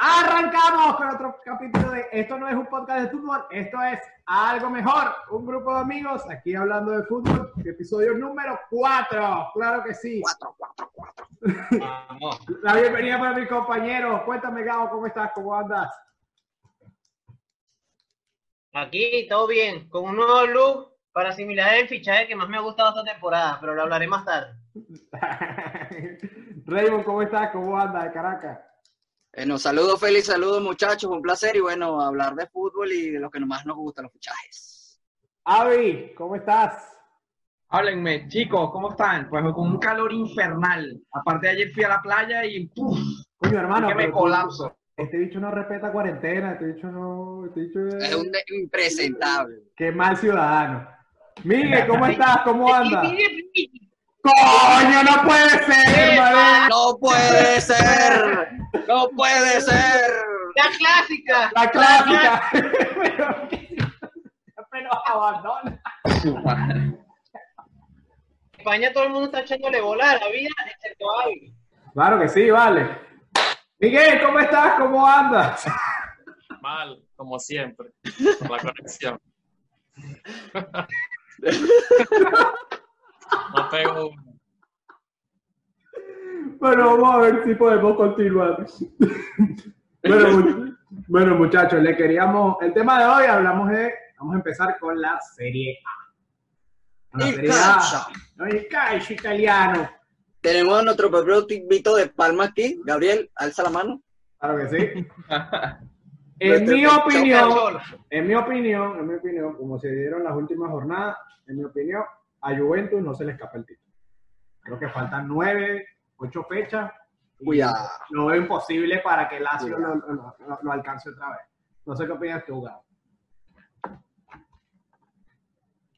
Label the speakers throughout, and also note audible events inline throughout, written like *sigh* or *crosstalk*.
Speaker 1: Arrancamos con otro capítulo de Esto no es un podcast de fútbol, esto es algo mejor. Un grupo de amigos aquí hablando de fútbol, episodio número 4. Claro que sí.
Speaker 2: 4, 4, 4.
Speaker 3: Vamos.
Speaker 1: La bienvenida para mis compañeros. Cuéntame, Gabo, ¿cómo estás? ¿Cómo andas? *laughs*
Speaker 3: Aquí todo bien, con un nuevo look para asimilar el fichaje que más me ha gustado esta temporada, pero lo hablaré más tarde.
Speaker 1: Raymond, ¿cómo estás? ¿Cómo andas de Caracas?
Speaker 2: Bueno, Eh, saludos, Félix, saludos, muchachos, un placer y bueno, hablar de fútbol y de lo que más nos gusta, los fichajes.
Speaker 1: Avi, ¿cómo estás?
Speaker 4: Háblenme, chicos, ¿cómo están? Pues con un calor infernal. Aparte de ayer fui a la playa y ¡puf!
Speaker 1: Coño,
Speaker 2: Ah,
Speaker 1: hermano.
Speaker 4: que me
Speaker 1: pero tú-
Speaker 4: colapso. *laughs*
Speaker 1: Este bicho no respeta cuarentena, este bicho no. Este bicho
Speaker 2: Es un de- impresentable.
Speaker 1: Qué mal ciudadano. Miguel, ¿cómo estás? ¿Cómo andas?
Speaker 3: Yo
Speaker 1: ¡Coño, no puede ser, hermano!
Speaker 2: No puede ser, no puede ser.
Speaker 3: ¡La clásica!
Speaker 1: La clásica. Pero, ¿qué? *laughs* Pero abandona.
Speaker 3: En España todo el mundo está echándole bola a la vida, excepto a Abby.
Speaker 1: Claro que sí, vale. Miguel, ¿cómo estás? ¿Cómo andas?
Speaker 5: Mal, como siempre, por la conexión. No pego uno.
Speaker 1: Bueno, vamos a ver si podemos continuar. bueno, mu- bueno, muchachos, le queríamos. El tema de hoy hablamos de. Vamos a empezar con la Serie A. Con
Speaker 2: Il calcio.
Speaker 1: No, el calcio italiano.
Speaker 2: Tenemos a nuestro propio Vito de Palma aquí. Gabriel, alza la mano.
Speaker 1: Claro que sí. en
Speaker 2: Nuestro
Speaker 1: mi
Speaker 2: Pepito
Speaker 1: opinión,
Speaker 3: Cachorro.
Speaker 1: en mi opinión, en mi opinión, como se dieron las últimas jornadas, en mi opinión, a Juventus no se le escapa el título. Creo que faltan nueve, ocho fechas. y
Speaker 2: Cuidado.
Speaker 1: Lo veo imposible para que Lazio lo, lo- lo- lo alcance otra vez. No sé qué opinas tú, Gabo.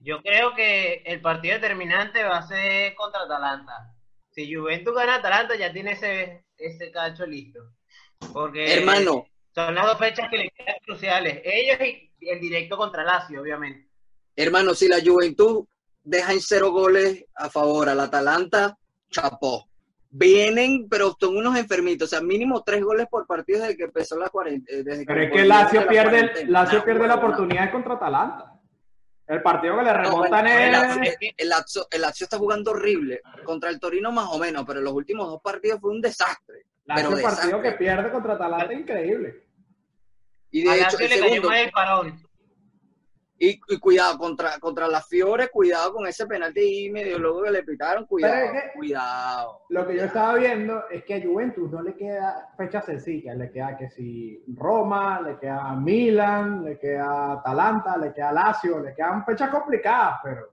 Speaker 3: Yo creo que el partido determinante va a ser contra Atalanta. Si Juventus gana a Atalanta, ya tiene ese, ese cacho listo. Porque
Speaker 2: Hermano,
Speaker 3: son las dos fechas que le quedan cruciales. Ellos y el directo contra Lazio, obviamente.
Speaker 2: hermano, si la Juventud deja en cero goles a favor al Atalanta, chapó. Vienen, pero son unos enfermitos, o sea, mínimo tres goles por partido desde que empezó la eh, cuarentena.
Speaker 1: Pero es que Lazio pierde, Lazio pierde la oportunidad contra Atalanta. El partido que le remontan
Speaker 2: el,
Speaker 1: es...
Speaker 2: Lazio- el- el Lazio, el Lazio está jugando horrible contra el Torino más o menos, pero los últimos dos partidos fue un desastre.
Speaker 1: Lazio
Speaker 2: pero
Speaker 1: el partido que
Speaker 2: desastre.
Speaker 1: pierde contra Atalanta es increíble.
Speaker 2: Y
Speaker 3: a
Speaker 2: de hecho,
Speaker 3: Lazio le
Speaker 2: el
Speaker 3: cayó
Speaker 2: segundo,
Speaker 3: más el parón.
Speaker 2: y, y cuidado, contra, contra la Fiore, cuidado con ese penalti ahí medio loco que le pitaron, cuidado,
Speaker 1: es que-
Speaker 2: cuidado.
Speaker 1: Lo que yo estaba viendo es que a Juventus no le queda fecha sencilla, le queda que si Roma, le queda Milan, le queda Atalanta, le queda Lazio, le quedan fechas complicadas, pero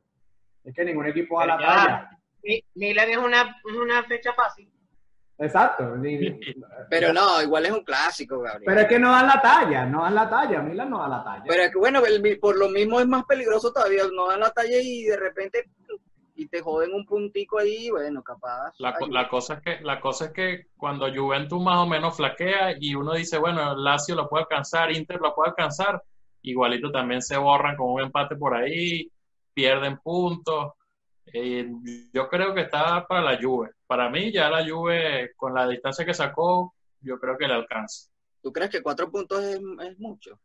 Speaker 1: es que ningún equipo da la
Speaker 3: Pero ya va.
Speaker 1: talla.
Speaker 3: Mi- Milan es una, es una fecha fácil.
Speaker 1: Exacto. ni-
Speaker 2: Pero no, igual es un clásico, Gabriel.
Speaker 1: pero es que no dan la talla, no dan la talla, Milan no da la talla.
Speaker 2: Pero es que bueno, el- por lo mismo es más peligroso todavía, no dan la talla y de repente y te joden un puntico ahí, bueno, capaz.
Speaker 5: La, co-
Speaker 2: Ay,
Speaker 5: la cosa es que, la cosa es que cuando Juventus más o menos flaquea y uno dice, bueno, Lazio lo puede alcanzar, Inter lo puede alcanzar, igualito también se borran con un empate por ahí, pierden puntos. Eh, yo creo que está para la Juve. Para mí ya la Juve, con la distancia que sacó, yo creo que le alcanza.
Speaker 2: ¿Tú crees que cuatro puntos es, es mucho?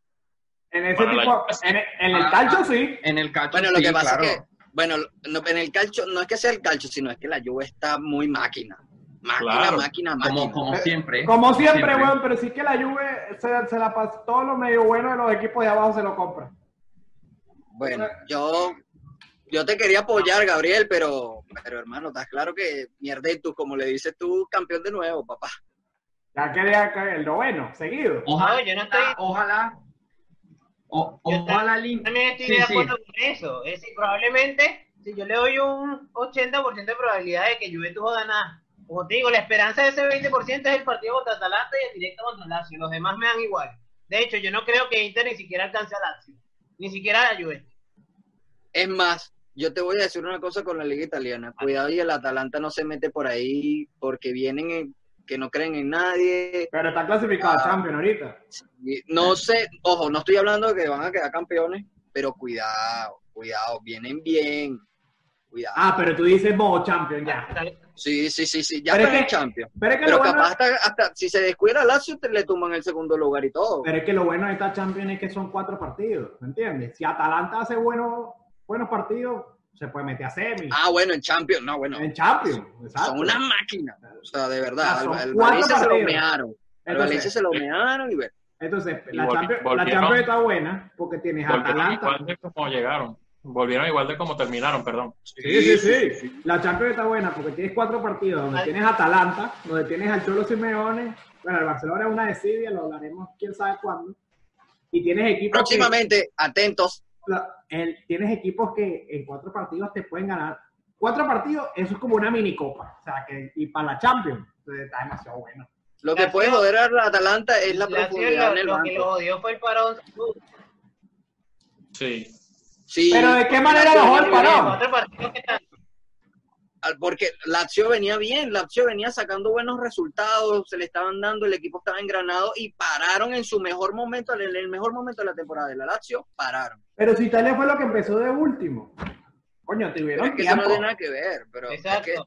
Speaker 1: en ese
Speaker 5: bueno, la-
Speaker 1: tipo, en, en el calcio sí.
Speaker 4: En el cacho.
Speaker 2: Bueno, lo
Speaker 4: sí,
Speaker 2: que pasa
Speaker 4: claro.
Speaker 2: es que, bueno, no- en el calcio, no es que sea el calcio, sino es que la Juve está muy máquina. Máquina,
Speaker 5: Claro.
Speaker 2: máquina, máquina.
Speaker 4: Como, como siempre.
Speaker 1: Como siempre,
Speaker 4: Siempre.
Speaker 1: weón, pero sí que la Juve se, se la pasa, todos los medio buenos de los equipos de abajo se lo compran.
Speaker 2: Bueno, yo, yo te quería apoyar, Gabriel, pero, pero hermano, estás claro que mierde tú, como le dices tú, campeón de nuevo, papá.
Speaker 1: Ya quería caer el noveno, seguido.
Speaker 4: Ojalá,
Speaker 3: No, yo no
Speaker 4: Ah,
Speaker 3: estoy-
Speaker 4: ojalá, o-
Speaker 3: Yo estoy-
Speaker 4: ojalá, el Inter-
Speaker 3: También estoy
Speaker 4: Sí,
Speaker 3: de
Speaker 4: sí.
Speaker 3: acuerdo con eso. Es decir, probablemente, si yo le doy un 80% de probabilidad de que Juventus va a ganar, como te digo, la esperanza de ese 20% es el partido contra Atalanta y el directo contra Lazio. Los demás me dan igual. De hecho, yo no creo que Inter ni siquiera alcance a Lazio. Ni siquiera a la Juventus.
Speaker 2: Es más, yo te voy a decir una cosa con la liga italiana. Cuidado y el Atalanta no se mete por ahí porque vienen en- que no creen en nadie.
Speaker 1: Pero está clasificado a
Speaker 2: Ah.
Speaker 1: Champions ahorita.
Speaker 2: Y No sé, ojo, no estoy hablando de que van a quedar campeones, pero cuidado, cuidado, vienen bien. Cuidado.
Speaker 1: Ah, pero tú dices modo champion ya.
Speaker 2: Sí, sí, sí, sí. Ya
Speaker 1: Pero es
Speaker 2: está en
Speaker 1: que-
Speaker 2: Champions.
Speaker 1: Pero es que,
Speaker 2: Pero
Speaker 1: lo bueno,
Speaker 2: capaz hasta, hasta si se descuida Lazio, te le toman el segundo lugar y todo.
Speaker 1: pero es que lo bueno de esta Champions es que son cuatro partidos, ¿me entiendes? Si Atalanta hace buenos, buenos partidos, se puede meter a semi.
Speaker 2: Ah, bueno, en Champions, no, bueno.
Speaker 1: en Champions, exacto.
Speaker 2: Son unas máquinas. O sea, de
Speaker 1: Ah,
Speaker 2: verdad. al-
Speaker 1: son
Speaker 2: al
Speaker 1: cuatro
Speaker 2: Valencia se lo
Speaker 1: partidos.
Speaker 2: mearon. Al Valencia
Speaker 1: Entonces,
Speaker 2: se lo mearon y ve.
Speaker 1: entonces
Speaker 5: Y
Speaker 1: la,
Speaker 5: volvi-
Speaker 1: Champions, la
Speaker 5: volvieron.
Speaker 1: Champions está buena porque tienes a
Speaker 5: Volvieron igual
Speaker 1: Atalanta.
Speaker 5: de como llegaron. Volvieron igual de como terminaron, perdón.
Speaker 1: Sí, sí, sí. La Champions está buena porque tienes cuatro partidos donde
Speaker 3: Ay.
Speaker 1: tienes a Atalanta, donde tienes al Cholo Simeone. Bueno, el Barcelona es una desidia, lo hablaremos quién sabe cuándo. Y tienes equipos. que-
Speaker 2: Próximamente, atentos.
Speaker 1: la- el- tienes equipos que en cuatro partidos te pueden ganar. Cuatro partidos, eso es como una mini copa. O sea, que, y para la Champions, entonces está demasiado bueno.
Speaker 2: Lo que
Speaker 3: Lazio-
Speaker 2: puede joder a la Atalanta es la
Speaker 3: Lazio
Speaker 2: profundidad
Speaker 3: lo-
Speaker 2: en el
Speaker 3: lo que lo
Speaker 2: banco.
Speaker 3: jodió fue el parón.
Speaker 5: Sí.
Speaker 2: Sí,
Speaker 1: Pero ¿de qué manera lo jodió el parón?
Speaker 3: Cuatro partidos que están-
Speaker 2: al- porque Lazio venía bien, Lazio venía sacando buenos resultados, se le estaban dando, el equipo estaba engranado y pararon en su mejor momento, en el mejor momento de la temporada de la Lazio, pararon.
Speaker 1: Pero si Italia fue lo que empezó de último. Coño,
Speaker 2: Pero
Speaker 1: tuvieron
Speaker 2: es que eso
Speaker 1: tiempo.
Speaker 2: no tiene nada que ver, pero es
Speaker 3: Exacto.
Speaker 2: que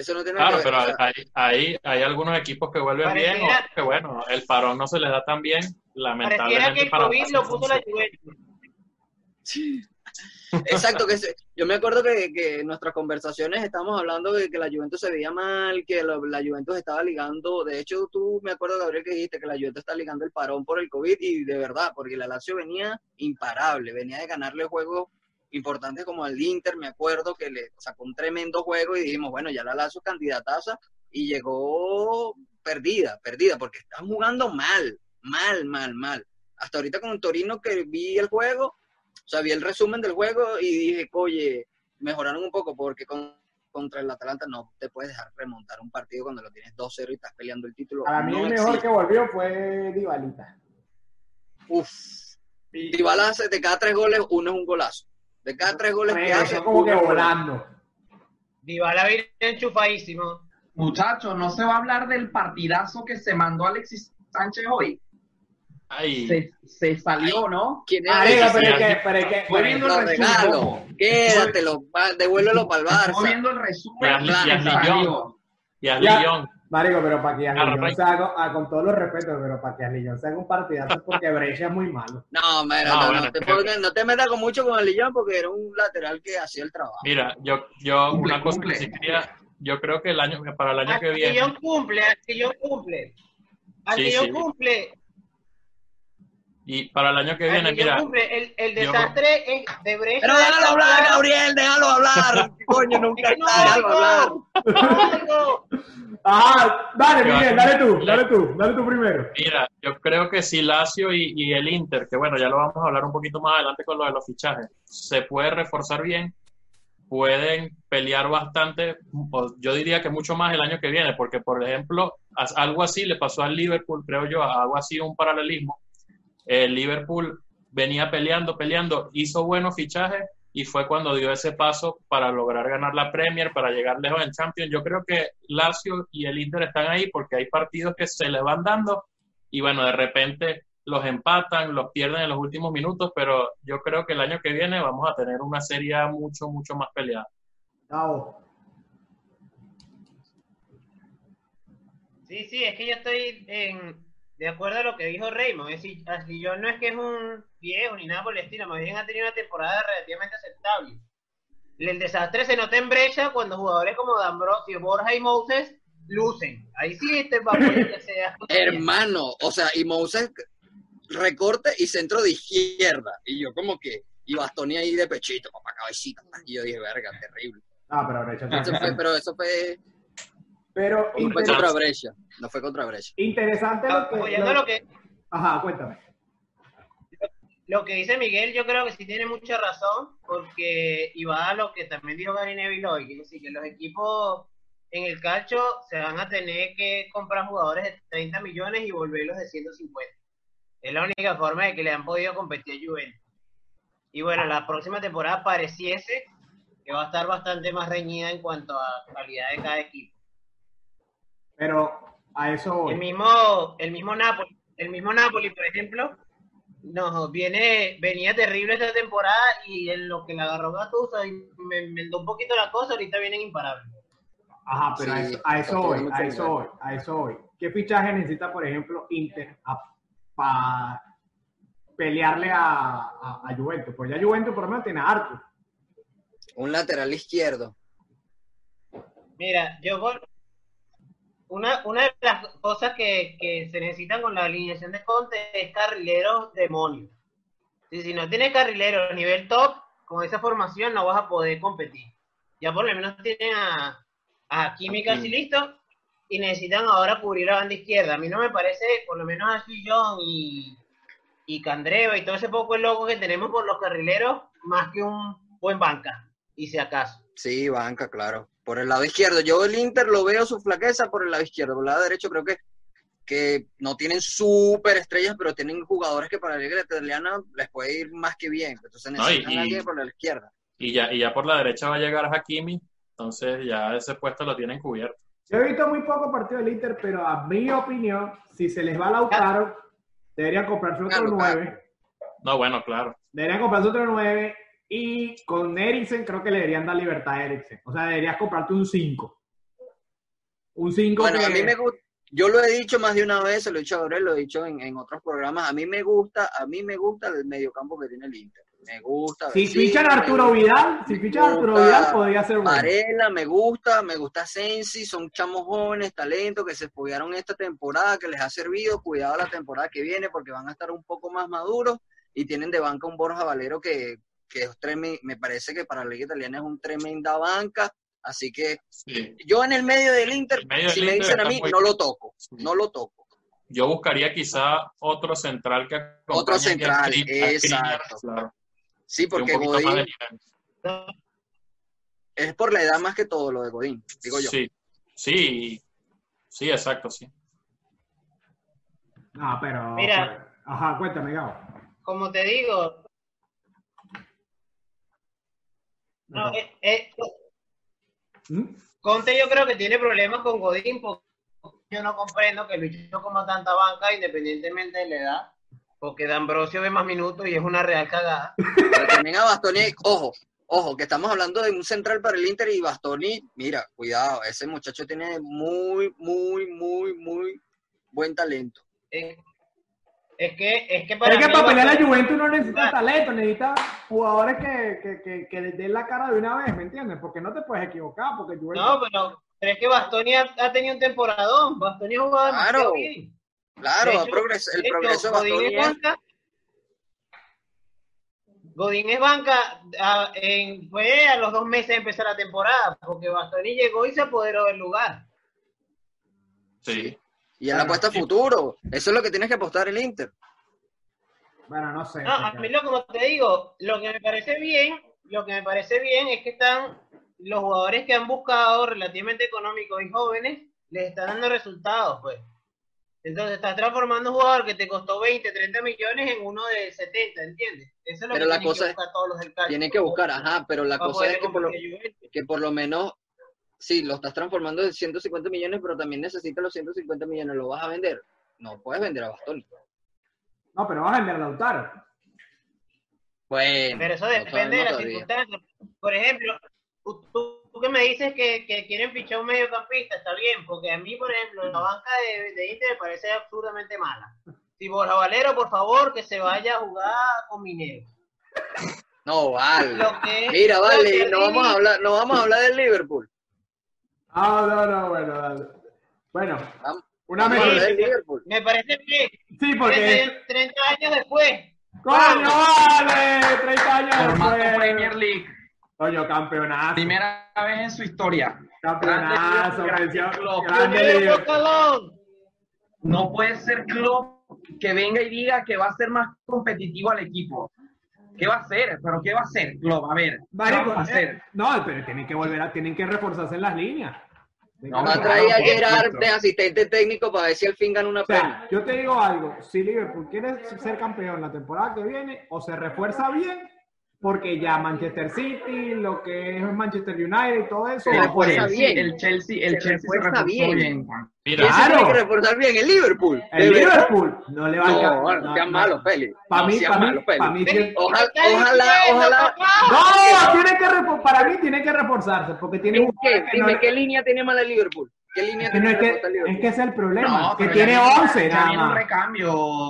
Speaker 2: eso no tiene nada
Speaker 5: Claro,
Speaker 2: que ver. o
Speaker 5: pero
Speaker 2: sea,
Speaker 5: hay, hay, hay algunos equipos que vuelven
Speaker 3: Pareciera-
Speaker 5: bien, otros que bueno, el parón no se les da tan bien,
Speaker 3: Pareciera
Speaker 5: lamentablemente.
Speaker 3: que el
Speaker 5: para
Speaker 3: COVID lo puso la Juventus.
Speaker 2: Exacto, que se- yo me acuerdo que, que en nuestras conversaciones estábamos hablando de que la Juventus se veía mal, que la, la Juventus estaba ligando, de hecho tú me acuerdo Gabriel que dijiste que la Juventus está ligando el parón por el COVID y de verdad, porque la Lazio venía imparable, venía de ganarle juegos importantes como al Inter, me acuerdo que le sacó un tremendo juego y dijimos, bueno, ya la Lazio es candidataza y llegó perdida, perdida, porque están jugando mal, mal, mal, mal. Hasta ahorita con Torino que vi el juego, o sea, vi el resumen del juego y dije, oye, mejoraron un poco porque con- contra el Atalanta no te puedes dejar remontar un partido cuando lo tienes 2-0 y estás peleando el título.
Speaker 1: Para mí el
Speaker 2: No
Speaker 1: mejor
Speaker 2: existe.
Speaker 1: que volvió fue Divalita.
Speaker 2: Uf. Dybala hace de cada tres goles, uno es un golazo. De cada tres goles que hace,
Speaker 1: Regresó como
Speaker 2: uno
Speaker 1: que
Speaker 2: es un golazo.
Speaker 1: volando.
Speaker 3: Dybala viene enchufadísimo.
Speaker 4: Muchachos, no se va a hablar del partidazo que se mandó Alexis Sánchez hoy.
Speaker 5: Ay,
Speaker 4: Se, se salió, ¿no?
Speaker 2: ¿Quién es?
Speaker 1: Marico,
Speaker 5: sí,
Speaker 1: pero es
Speaker 5: sí,
Speaker 1: que,
Speaker 5: sí.
Speaker 1: pero es que,
Speaker 4: Fue viendo
Speaker 2: Lo
Speaker 4: el
Speaker 2: regalo. *laughs*
Speaker 4: resumen.
Speaker 2: Quédatelo, va, devuélvelo para el
Speaker 4: Estuve
Speaker 2: Barça.
Speaker 4: viendo el resumen.
Speaker 5: Bradley-
Speaker 4: y se
Speaker 5: Bradley
Speaker 4: salió.
Speaker 5: y a
Speaker 1: Ya.
Speaker 5: Lyon.
Speaker 1: Marico, pero para que
Speaker 5: Ah,
Speaker 1: Alillón
Speaker 5: Rafael.
Speaker 1: se haga, ah, con todos los respetos, pero para que Alillón se haga un partidazo es porque Brescia es muy malo.
Speaker 2: No, mira,
Speaker 5: No,
Speaker 2: no, no,
Speaker 5: bueno,
Speaker 2: te
Speaker 5: creo
Speaker 2: pongas- no te metas con mucho con el Lillón porque era un lateral que hacía el trabajo.
Speaker 5: Mira, yo, yo
Speaker 4: Cumple,
Speaker 5: una cosa
Speaker 4: cumple.
Speaker 5: que sí quería, yo creo que el año, que para el año que viene,
Speaker 3: Antillón cumple, Antillón cumple. Antillón
Speaker 5: sí.
Speaker 3: cumple.
Speaker 5: y para el año que viene,
Speaker 3: Antillón
Speaker 5: mira,
Speaker 3: cumple. El, el
Speaker 5: yo-
Speaker 3: desastre en- de Brecht.
Speaker 2: Pero déjalo hablar, Gabriel, déjalo *laughs* hablar. Coño, nunca
Speaker 3: No,
Speaker 2: está, déjalo
Speaker 3: no.
Speaker 2: hablar.
Speaker 3: ¡Algo!
Speaker 1: Ah, dale,
Speaker 5: Yo-
Speaker 1: Miguel, dale tú, dale tú, dale tú primero.
Speaker 5: mira, yo creo que si Lazio y, y el Inter, que bueno, ya lo vamos a hablar un poquito más adelante con lo de los fichajes, se puede reforzar bien, pueden pelear bastante, o yo diría que mucho más el año que viene, porque por ejemplo, as- algo así le pasó al Liverpool, creo yo, algo así un paralelismo. El Liverpool venía peleando, peleando, hizo buenos fichajes y fue cuando dio ese paso para lograr ganar la Premier, para llegar lejos en Champions. Yo creo que Lazio y el Inter están ahí porque hay partidos que se les van dando y bueno, de repente los empatan, los pierden en los últimos minutos, pero yo creo que el año que viene vamos a tener una serie mucho, mucho más peleada.
Speaker 1: Chao.
Speaker 3: Sí, sí, es que yo estoy en, de acuerdo a lo que dijo Raymond. Es decir, Antillón no es que es un viejo ni nada por el estilo, más bien ha tenido una temporada relativamente aceptable. El desastre se nota en brecha cuando jugadores como D'Ambrosio, Borja y Moses lucen. Ahí sí te va a poner que
Speaker 2: *laughs*
Speaker 3: sea.
Speaker 2: Hermano, o sea, y Moses recorte y centro de izquierda. Y yo como que, y Bastoni ahí de pechito, papá, cabecita. Y yo dije, verga, terrible.
Speaker 1: Ah, pero Brescia está-
Speaker 2: Eso fue- pero eso fue,
Speaker 1: Pero
Speaker 2: no fue
Speaker 1: inter-
Speaker 2: contra Brescia. No fue contra Brescia.
Speaker 1: interesante lo que,
Speaker 3: Apoyando
Speaker 1: lo-
Speaker 3: Ah, lo que,
Speaker 1: Ajá, cuéntame.
Speaker 3: lo que dice Miguel, yo creo que sí tiene mucha razón, porque y va a lo que también dijo Gary Neville hoy, que es decir, que los equipos en el calcho se van a tener que comprar jugadores de 30 millones y volverlos de 150. Es la única forma de que le han podido competir a Juventus. Y bueno, la próxima temporada pareciese que va a estar bastante más reñida en cuanto a calidad de cada equipo.
Speaker 1: Pero a eso voy.
Speaker 3: El mismo, el mismo Napoli, el mismo Napoli, por ejemplo, No, viene, venía terrible esta temporada y en lo que la agarró Gattuso y me enmendó un poquito la cosa, ahorita vienen imparables.
Speaker 1: Ajá, pero a
Speaker 2: Sí,
Speaker 1: eso, a eso voy, a
Speaker 2: totalmente
Speaker 1: eso
Speaker 2: de
Speaker 1: voy, a eso voy. ¿Qué fichaje necesita, por ejemplo, Inter para pelearle a, a, a Juventus? Pues ya Juventus por lo menos tiene a Arthur.
Speaker 2: Un lateral izquierdo.
Speaker 3: Mira, yo con- una, una de las cosas que, que se necesitan con la alineación de Conte es carrileros demonios. Si, si no tienes carrileros a nivel top, con esa formación no vas a poder competir. Ya por lo menos tienen a, a Kimi casi listo y necesitan ahora cubrir la banda izquierda. A mí no me parece, por lo menos a John y, y Candreva y todo ese poco de loco que tenemos por los carrileros, más que un buen banca, y si acaso.
Speaker 2: Sí, banca, claro. Por el lado izquierdo. Yo el Inter lo veo su flaqueza por el lado izquierdo. Por el lado derecho creo que, que no tienen súper estrellas, pero tienen jugadores que para la Liga Italiana les puede ir más que bien. Entonces
Speaker 5: No, y-
Speaker 2: necesitan
Speaker 5: y-
Speaker 2: a alguien por la izquierda.
Speaker 5: Y ya, y ya por la derecha va a llegar Hakimi, entonces ya ese puesto lo tienen cubierto.
Speaker 1: Yo he visto muy poco partido del Inter, pero a mi opinión, si se les va Lautaro, deberían comprarse otro
Speaker 2: Claro, claro.
Speaker 1: 9.
Speaker 5: No, bueno, claro.
Speaker 1: Deberían comprarse otro 9. Y con Eriksen creo que le deberían dar libertad a Eriksen. O sea, deberías comprarte un 5. Un 5
Speaker 2: Bueno,
Speaker 1: que...
Speaker 2: a mí me gusta, yo lo he dicho más de una vez, se lo he dicho a Gabriel, lo he dicho en, en otros programas, a mí me gusta, a mí me gusta el mediocampo que tiene el Inter. Me gusta.
Speaker 1: Si
Speaker 2: Vecino,
Speaker 1: fichan a
Speaker 2: me
Speaker 1: Arturo
Speaker 2: gusta
Speaker 1: Vidal, si
Speaker 2: me
Speaker 1: fichan a Arturo
Speaker 2: gusta
Speaker 1: Vidal, podría ser bueno.
Speaker 2: Varela, me gusta, me gusta Sensi, son chamos jóvenes, talento, que se follaron esta temporada, que les ha servido, cuidado la temporada que viene porque van a estar un poco más maduros y tienen de banca un Borja Valero que, que es tremendo, me parece que para la Liga Italiana es un tremenda banca, así que
Speaker 5: Sí.
Speaker 2: yo en el medio del Inter,
Speaker 5: El medio del
Speaker 2: si me
Speaker 5: Inter
Speaker 2: dicen a
Speaker 5: está
Speaker 2: mí,
Speaker 5: muy-
Speaker 2: no lo toco,
Speaker 5: Sí.
Speaker 2: no lo toco.
Speaker 5: Yo buscaría quizá otro central que acompañe
Speaker 2: Otro
Speaker 5: aquí a
Speaker 2: central,
Speaker 5: Skriniar, a Skriniar,
Speaker 2: exacto.
Speaker 5: claro,
Speaker 2: Sí,
Speaker 5: de un
Speaker 2: porque
Speaker 5: poquito más de
Speaker 2: Godín
Speaker 5: nivel.
Speaker 2: es por la edad más que todo lo de Godín, digo yo.
Speaker 5: Sí, sí, sí, exacto, sí.
Speaker 1: No, Ah, pero. pues,
Speaker 3: Mira.
Speaker 1: Ajá, cuéntame, Gabo.
Speaker 3: como te digo, no,
Speaker 1: Ajá.
Speaker 3: eh, eh,
Speaker 1: ¿Mm?
Speaker 3: Conte yo creo que tiene problemas con Godín, porque yo no comprendo que Luis no coma tanta banca, independientemente de la edad, porque D'Ambrosio ve más minutos y es una real cagada.
Speaker 2: Pero también a Bastoni, ojo, ojo, que estamos hablando de un central para el Inter y Bastoni, mira, cuidado, ese muchacho tiene muy, muy, muy, muy buen talento.
Speaker 3: Eh, es que, es que para
Speaker 1: Es que
Speaker 3: mí
Speaker 1: para pelear a
Speaker 3: Bastoni-
Speaker 1: la Juventus no necesita
Speaker 3: Claro.
Speaker 1: talento, necesita jugadores que, que, que, que les den la cara de una vez, ¿me entiendes? Porque no te puedes equivocar, porque Juventus.
Speaker 3: No, pero, pero es que Bastoni ha, ha tenido un temporadón, Bastoni ha jugado
Speaker 2: Claro.
Speaker 3: demasiado bien.
Speaker 2: Claro,
Speaker 3: De
Speaker 2: ha
Speaker 3: hecho,
Speaker 2: progres- el
Speaker 3: de hecho,
Speaker 2: progreso de
Speaker 3: Godín
Speaker 2: Bastoni
Speaker 3: es
Speaker 2: es-
Speaker 3: banca. Godín es banca, ah, en- fue a los dos meses de empezar la temporada, porque Bastoni llegó y se apoderó del lugar.
Speaker 5: Sí.
Speaker 3: Ah,
Speaker 2: y en la apuesta a futuro, eso es lo que tienes que apostar el Inter.
Speaker 1: Bueno, no sé.
Speaker 3: No, a
Speaker 1: porque-
Speaker 3: mí lo como te digo, lo que me parece bien, lo que me parece bien es que están los jugadores que han buscado relativamente económicos y jóvenes, les están dando resultados, pues. Entonces estás transformando un jugador que te costó 20, 30 millones en uno de 70, ¿entiendes? Eso es lo
Speaker 2: Pero
Speaker 3: que
Speaker 2: la
Speaker 3: tienen
Speaker 2: cosa
Speaker 3: que
Speaker 2: es-
Speaker 3: buscar todos los del Cali.
Speaker 2: Tienes que buscar, ajá, pero la
Speaker 3: Para
Speaker 2: cosa
Speaker 3: poder
Speaker 2: es que por lo,
Speaker 3: competir con Juventus.
Speaker 2: que por lo menos, sí, lo estás transformando en 150 millones, pero también necesitas los 150 millones, ¿lo vas a vender? No puedes vender a Bastoni.
Speaker 1: No, pero vas a vender a Lautaro.
Speaker 2: Bueno,
Speaker 3: Pero eso
Speaker 2: no
Speaker 3: depende de
Speaker 2: sabemos
Speaker 3: las
Speaker 2: todavía.
Speaker 3: circunstancias. Por ejemplo, tú, tú que me dices que, que quieren fichar un mediocampista, está bien, porque a mí, por ejemplo, la banca de, de Inter me parece absurdamente mala. Si Borja Valero, por favor, que se vaya a jugar con Minero.
Speaker 2: No, vale.
Speaker 3: Lo que es-
Speaker 2: Mira,
Speaker 3: lo que
Speaker 2: vale, no vamos a
Speaker 3: Rini-
Speaker 2: hablar, no vamos a hablar del Liverpool.
Speaker 1: Ah, no, no, bueno, dale. Bueno,
Speaker 2: Vamos,
Speaker 1: una
Speaker 2: vamos a hablar
Speaker 1: vez.
Speaker 2: del Liverpool.
Speaker 3: Me parece bien.
Speaker 1: Sí, porque.
Speaker 3: 30, años después.
Speaker 1: ¡Coño, vale! 30 años
Speaker 4: Formato
Speaker 1: después.
Speaker 4: Premier League.
Speaker 1: Coño, campeonazo.
Speaker 4: Primera vez en su historia.
Speaker 1: Campeonazo,
Speaker 4: Grande
Speaker 1: mención-
Speaker 4: club.
Speaker 1: grande
Speaker 3: Minero por
Speaker 1: Liverpool.
Speaker 3: Colón.
Speaker 4: No puede ser club que venga y diga que va a ser más competitivo al equipo. ¿Qué va a hacer? ¿Pero qué va a hacer club? A ver, ¿qué
Speaker 1: Marico,
Speaker 4: vamos a hacer?
Speaker 1: eh, no, pero tienen que volver a, tienen que reforzarse en las líneas. Tienen que
Speaker 4: No,
Speaker 2: Va a
Speaker 4: claro,
Speaker 2: traer a
Speaker 4: por
Speaker 2: Gerard
Speaker 4: supuesto.
Speaker 2: de asistente técnico para ver si al fin gana una
Speaker 1: O sea,
Speaker 2: pena.
Speaker 1: yo te digo algo, si Liverpool quiere ser campeón la temporada que viene, o se refuerza bien, porque ya Manchester City, lo que es Manchester United y todo eso.
Speaker 4: El,
Speaker 2: Se
Speaker 1: va por
Speaker 2: refuerza
Speaker 1: ahí.
Speaker 4: Chelsea,
Speaker 2: bien.
Speaker 4: pues, el Chelsea, el
Speaker 2: Se
Speaker 4: Chelsea se
Speaker 2: refuerza
Speaker 4: reforzó
Speaker 2: bien.
Speaker 4: bien.
Speaker 2: ¿Quién
Speaker 5: Mira, ah,
Speaker 2: se
Speaker 1: Claro.
Speaker 2: tiene que reforzar bien? El Liverpool.
Speaker 1: El Liverpool no le va a
Speaker 2: No,
Speaker 1: alcanzar.
Speaker 2: no, sean malos, Félix.
Speaker 1: Para
Speaker 2: No,
Speaker 1: mí,
Speaker 2: sean
Speaker 1: para mí,
Speaker 2: malos, oh. Félix.
Speaker 1: para mí. tiene-
Speaker 2: Ojalá,
Speaker 3: ¿Qué estás
Speaker 2: ojalá,
Speaker 3: diciendo,
Speaker 2: ojalá.
Speaker 3: papá?
Speaker 1: No, tiene que refor- para mí tiene que reforzarse, porque tiene
Speaker 2: ¿En
Speaker 1: un
Speaker 2: qué?
Speaker 1: que no
Speaker 2: Dime,
Speaker 1: le-
Speaker 2: ¿qué línea tiene mala el Liverpool? ¿Qué
Speaker 1: es
Speaker 2: línea
Speaker 1: que no
Speaker 2: tiene
Speaker 1: es
Speaker 2: mala
Speaker 1: que,
Speaker 2: el
Speaker 1: es que
Speaker 2: Liverpool?
Speaker 1: ese es el problema,
Speaker 4: No,
Speaker 1: que
Speaker 4: pero
Speaker 1: tiene
Speaker 4: ya viene-
Speaker 1: 11
Speaker 4: ya
Speaker 1: nada
Speaker 4: viene un
Speaker 1: más.
Speaker 4: recambio.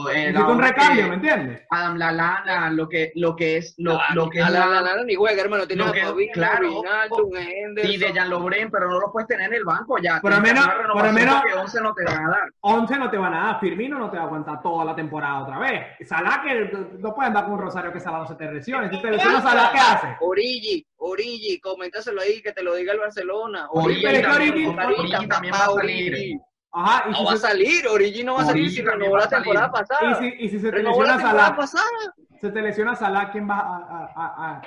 Speaker 4: eh,
Speaker 1: Necesita
Speaker 4: la
Speaker 1: un
Speaker 4: hora
Speaker 1: recambio,
Speaker 4: que
Speaker 1: ¿me entiendes?
Speaker 4: Adam Lallana, lo que, lo que es, lo,
Speaker 2: Ah,
Speaker 4: lo que es
Speaker 2: a la,
Speaker 4: la-
Speaker 2: la- la- ni juega, hermano. Tiene
Speaker 4: Lo
Speaker 2: a
Speaker 4: que-
Speaker 2: Fabinho,
Speaker 4: claro.
Speaker 2: Wijnaldum, Henderson.
Speaker 4: y de Jan Lobren, pero no lo puedes tener en el banco ya.
Speaker 1: Por lo
Speaker 4: Tienes
Speaker 1: menos-
Speaker 4: una
Speaker 1: por lo
Speaker 4: renovación
Speaker 1: menos-
Speaker 4: que 11 no te van a dar.
Speaker 1: 11 no te van a dar, Firmino no te va a aguantar toda la temporada otra vez. Salah que no puede andar con un Rosario que Salah no se te lesione. Si te lesiona Salah, ¿qué hace?
Speaker 2: Origi, Origi, coméntaselo ahí, que te lo diga el Barcelona.
Speaker 4: Origi,
Speaker 1: pero es que
Speaker 2: también,
Speaker 1: Origi-
Speaker 2: Costa Rica,
Speaker 4: Origi también
Speaker 2: papá,
Speaker 4: va a salir.
Speaker 2: Ah, Origi.
Speaker 1: Ajá, y
Speaker 2: No
Speaker 1: si,
Speaker 2: va a
Speaker 1: se,
Speaker 2: salir, Origi no va a salir
Speaker 4: Origi
Speaker 2: si
Speaker 4: también
Speaker 2: renovó
Speaker 4: va
Speaker 2: la
Speaker 4: a salir.
Speaker 2: temporada
Speaker 1: y
Speaker 2: pasada.
Speaker 1: si, y si se te
Speaker 2: Renovó la
Speaker 1: lesiona Salah,
Speaker 2: temporada pasada.
Speaker 1: se te lesiona Salah, ¿quién va a, a- a- a-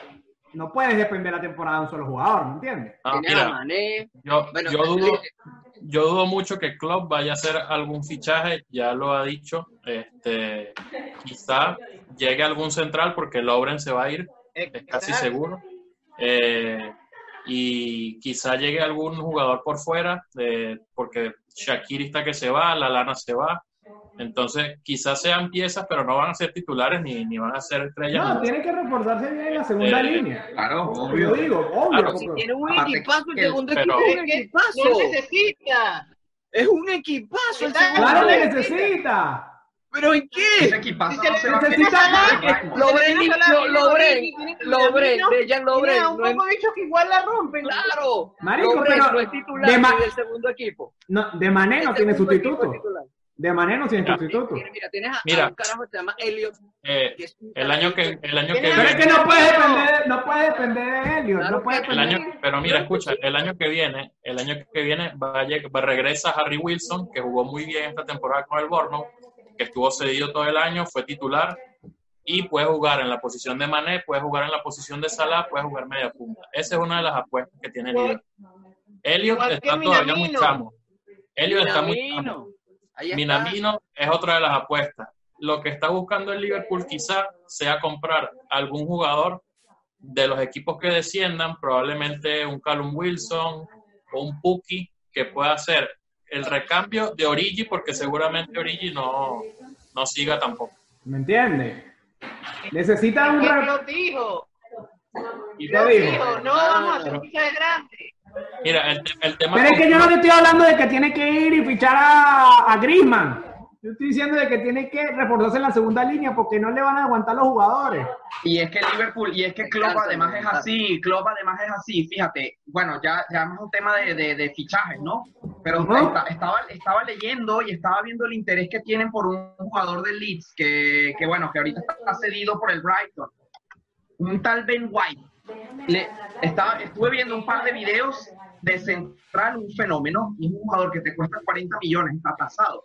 Speaker 1: No puedes depender la temporada de un solo jugador, ¿me entiendes?
Speaker 5: no,
Speaker 2: Tiene a
Speaker 5: mira,
Speaker 2: Mané.
Speaker 5: yo,
Speaker 2: Bueno,
Speaker 5: yo dudo, yo dudo mucho que Klopp vaya a hacer algún fichaje, ya lo ha dicho, este, quizá llegue algún central porque Lobren se va a ir, es casi seguro, eh, y quizá llegue algún jugador por fuera, eh, porque Shakiri está que se va, la lana se va, entonces quizás sean piezas, pero no van a ser titulares ni, ni van a ser estrellas.
Speaker 1: No, tiene que reforzarse bien en la segunda
Speaker 5: Eh,
Speaker 1: línea.
Speaker 4: Claro,
Speaker 1: Yo
Speaker 4: obvio.
Speaker 1: digo, obvio.
Speaker 5: Claro,
Speaker 1: porque-
Speaker 2: Tiene un
Speaker 4: Aparte,
Speaker 2: equipazo, el
Speaker 4: el-
Speaker 2: segundo
Speaker 5: pero-
Speaker 2: equipo es un
Speaker 3: Es que No
Speaker 2: equipazo.
Speaker 3: necesita.
Speaker 2: Es un equipazo el
Speaker 3: Claro,
Speaker 1: Claro
Speaker 2: segundo.
Speaker 1: que
Speaker 3: Necesita.
Speaker 1: necesita.
Speaker 2: ¿Pero en
Speaker 4: Ese
Speaker 2: qué?
Speaker 4: equipazo
Speaker 3: Si
Speaker 4: no
Speaker 3: se
Speaker 4: se va a
Speaker 1: necesita
Speaker 4: quedar.
Speaker 3: más,
Speaker 4: Vamos.
Speaker 2: Lobren,
Speaker 3: Tiene a Salah,
Speaker 2: lo-
Speaker 3: tiene a
Speaker 2: Lobren,
Speaker 3: Origi, tiene a
Speaker 2: Lobren,
Speaker 3: Minamino,
Speaker 2: de Jan Lobren.
Speaker 3: Tiene a un
Speaker 2: no es-
Speaker 3: poco de bichos que igual la rompen.
Speaker 2: Claro,
Speaker 1: Marico,
Speaker 2: Lobren
Speaker 1: pero
Speaker 2: no es titular
Speaker 1: de ma-
Speaker 2: ni del segundo equipo.
Speaker 1: No, de Mané no
Speaker 2: El
Speaker 1: tiene
Speaker 2: segundo equipo
Speaker 1: sustituto.
Speaker 2: es titular.
Speaker 1: De Mané no tiene
Speaker 5: Mira,
Speaker 1: sustituto.
Speaker 2: Mira, mira, tienes a, a
Speaker 5: Mira.
Speaker 2: un carajo que se llama Elliot.
Speaker 5: Eh,
Speaker 2: que es un
Speaker 5: el año que, el año que
Speaker 1: Pero es
Speaker 5: viene-
Speaker 1: que no puede depender, no puede depender de Elliot,
Speaker 2: Claro
Speaker 1: no puede
Speaker 2: que
Speaker 3: pues
Speaker 5: El
Speaker 1: depender.
Speaker 5: año, pero mira, escucha, el año que viene, el año que viene va a lleg- va- regresa Harry Wilson, que jugó muy bien esta temporada con el Bournemouth, que estuvo cedido todo el año, fue titular y puede jugar en la posición de Mané, puede jugar en la posición de Salah, puede jugar media punta. Esa es una de las apuestas que tiene el Liverpool. Elliot
Speaker 3: Igual que
Speaker 5: está todavía muy
Speaker 3: Minamino.
Speaker 5: chamo. Elliot está muy chamo.
Speaker 2: Minamino. Ahí está.
Speaker 5: Minamino es otra de las apuestas. Lo que está buscando el Liverpool quizá sea comprar algún jugador de los equipos que desciendan, probablemente un Callum Wilson o un Puki, que pueda hacer el recambio de Origi, porque seguramente Origi no, no siga tampoco.
Speaker 1: ¿Me entiendes? Necesita un
Speaker 3: ¿Quién
Speaker 1: re-
Speaker 3: lo dijo?
Speaker 5: Y-
Speaker 1: Lo dijo.
Speaker 3: Dijo, no vamos a hacer fichas grandes.
Speaker 5: Mira, el, te- el tema
Speaker 1: Pero es
Speaker 5: con-
Speaker 1: que yo no te estoy hablando de que tiene que ir y fichar a, a Griezmann. Yo estoy diciendo de que tiene que reforzarse en la segunda línea porque no le van a aguantar los jugadores.
Speaker 4: Y es que Liverpool, y es que Klopp
Speaker 2: Descansa,
Speaker 4: además es
Speaker 2: descansa.
Speaker 4: así, Klopp además es así, fíjate, bueno, ya, ya es un tema de, de, de fichajes, ¿no? Pero
Speaker 1: Ajá.
Speaker 4: esta- estaba, estaba leyendo y estaba viendo el interés que tienen por un jugador de Leeds, que, que bueno, que ahorita está cedido por el Brighton, un tal Ben White. Le- estaba, estuve viendo un par de videos de Central, un fenómeno, y es un jugador que te cuesta 40 millones, está tasado.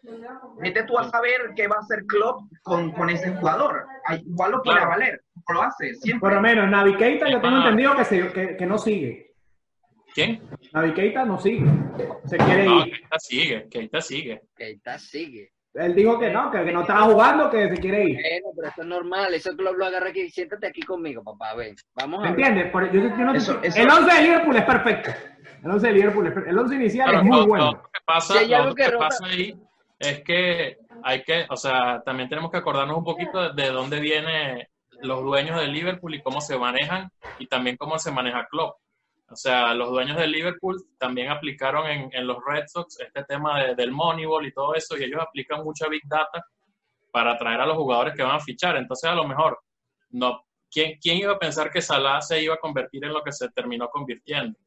Speaker 4: Vete tú a saber qué va a hacer Klopp con, con ese jugador. Ay, Igual lo puede
Speaker 5: Claro.
Speaker 4: valer, como lo hace siempre.
Speaker 1: Por lo menos, Navi Keita yo tengo
Speaker 5: Ah.
Speaker 1: entendido que, se- que, que no sigue.
Speaker 5: ¿Quién?
Speaker 1: Navi Keita no sigue. Se quiere
Speaker 5: No,
Speaker 1: ir.
Speaker 5: Keita sigue, Keita sigue.
Speaker 2: Ahí está, sigue.
Speaker 1: Él dijo que no, que, que no estaba jugando, que se quiere ir.
Speaker 2: Bueno, pero eso es normal, eso tú lo, lo agarras aquí, siéntate aquí conmigo, papá, ven, vamos
Speaker 1: ¿Me
Speaker 2: a ver.
Speaker 1: entiendes? Por- yo- yo no-
Speaker 4: Eso- eso-
Speaker 1: El 11 de Liverpool es perfecto. El 11 de Liverpool es per- El 11 inicial
Speaker 5: Ahora,
Speaker 1: es muy
Speaker 5: lo- lo
Speaker 1: bueno.
Speaker 5: otro que pasa,
Speaker 2: Si hay
Speaker 5: lo
Speaker 2: algo
Speaker 5: otro que
Speaker 2: que rota-
Speaker 5: pasa ahí es que hay que, o sea, también tenemos que acordarnos un poquito de, de dónde vienen los dueños de Liverpool y cómo se manejan y también cómo se maneja Klopp. O sea, los dueños de Liverpool también aplicaron en, en los Red Sox este tema de- del Moneyball y todo eso, y ellos aplican mucha Big Data para atraer a los jugadores que van a fichar. Entonces, a lo mejor, no, ¿quién, quién iba a pensar que Salah se iba a convertir en lo que se terminó convirtiendo?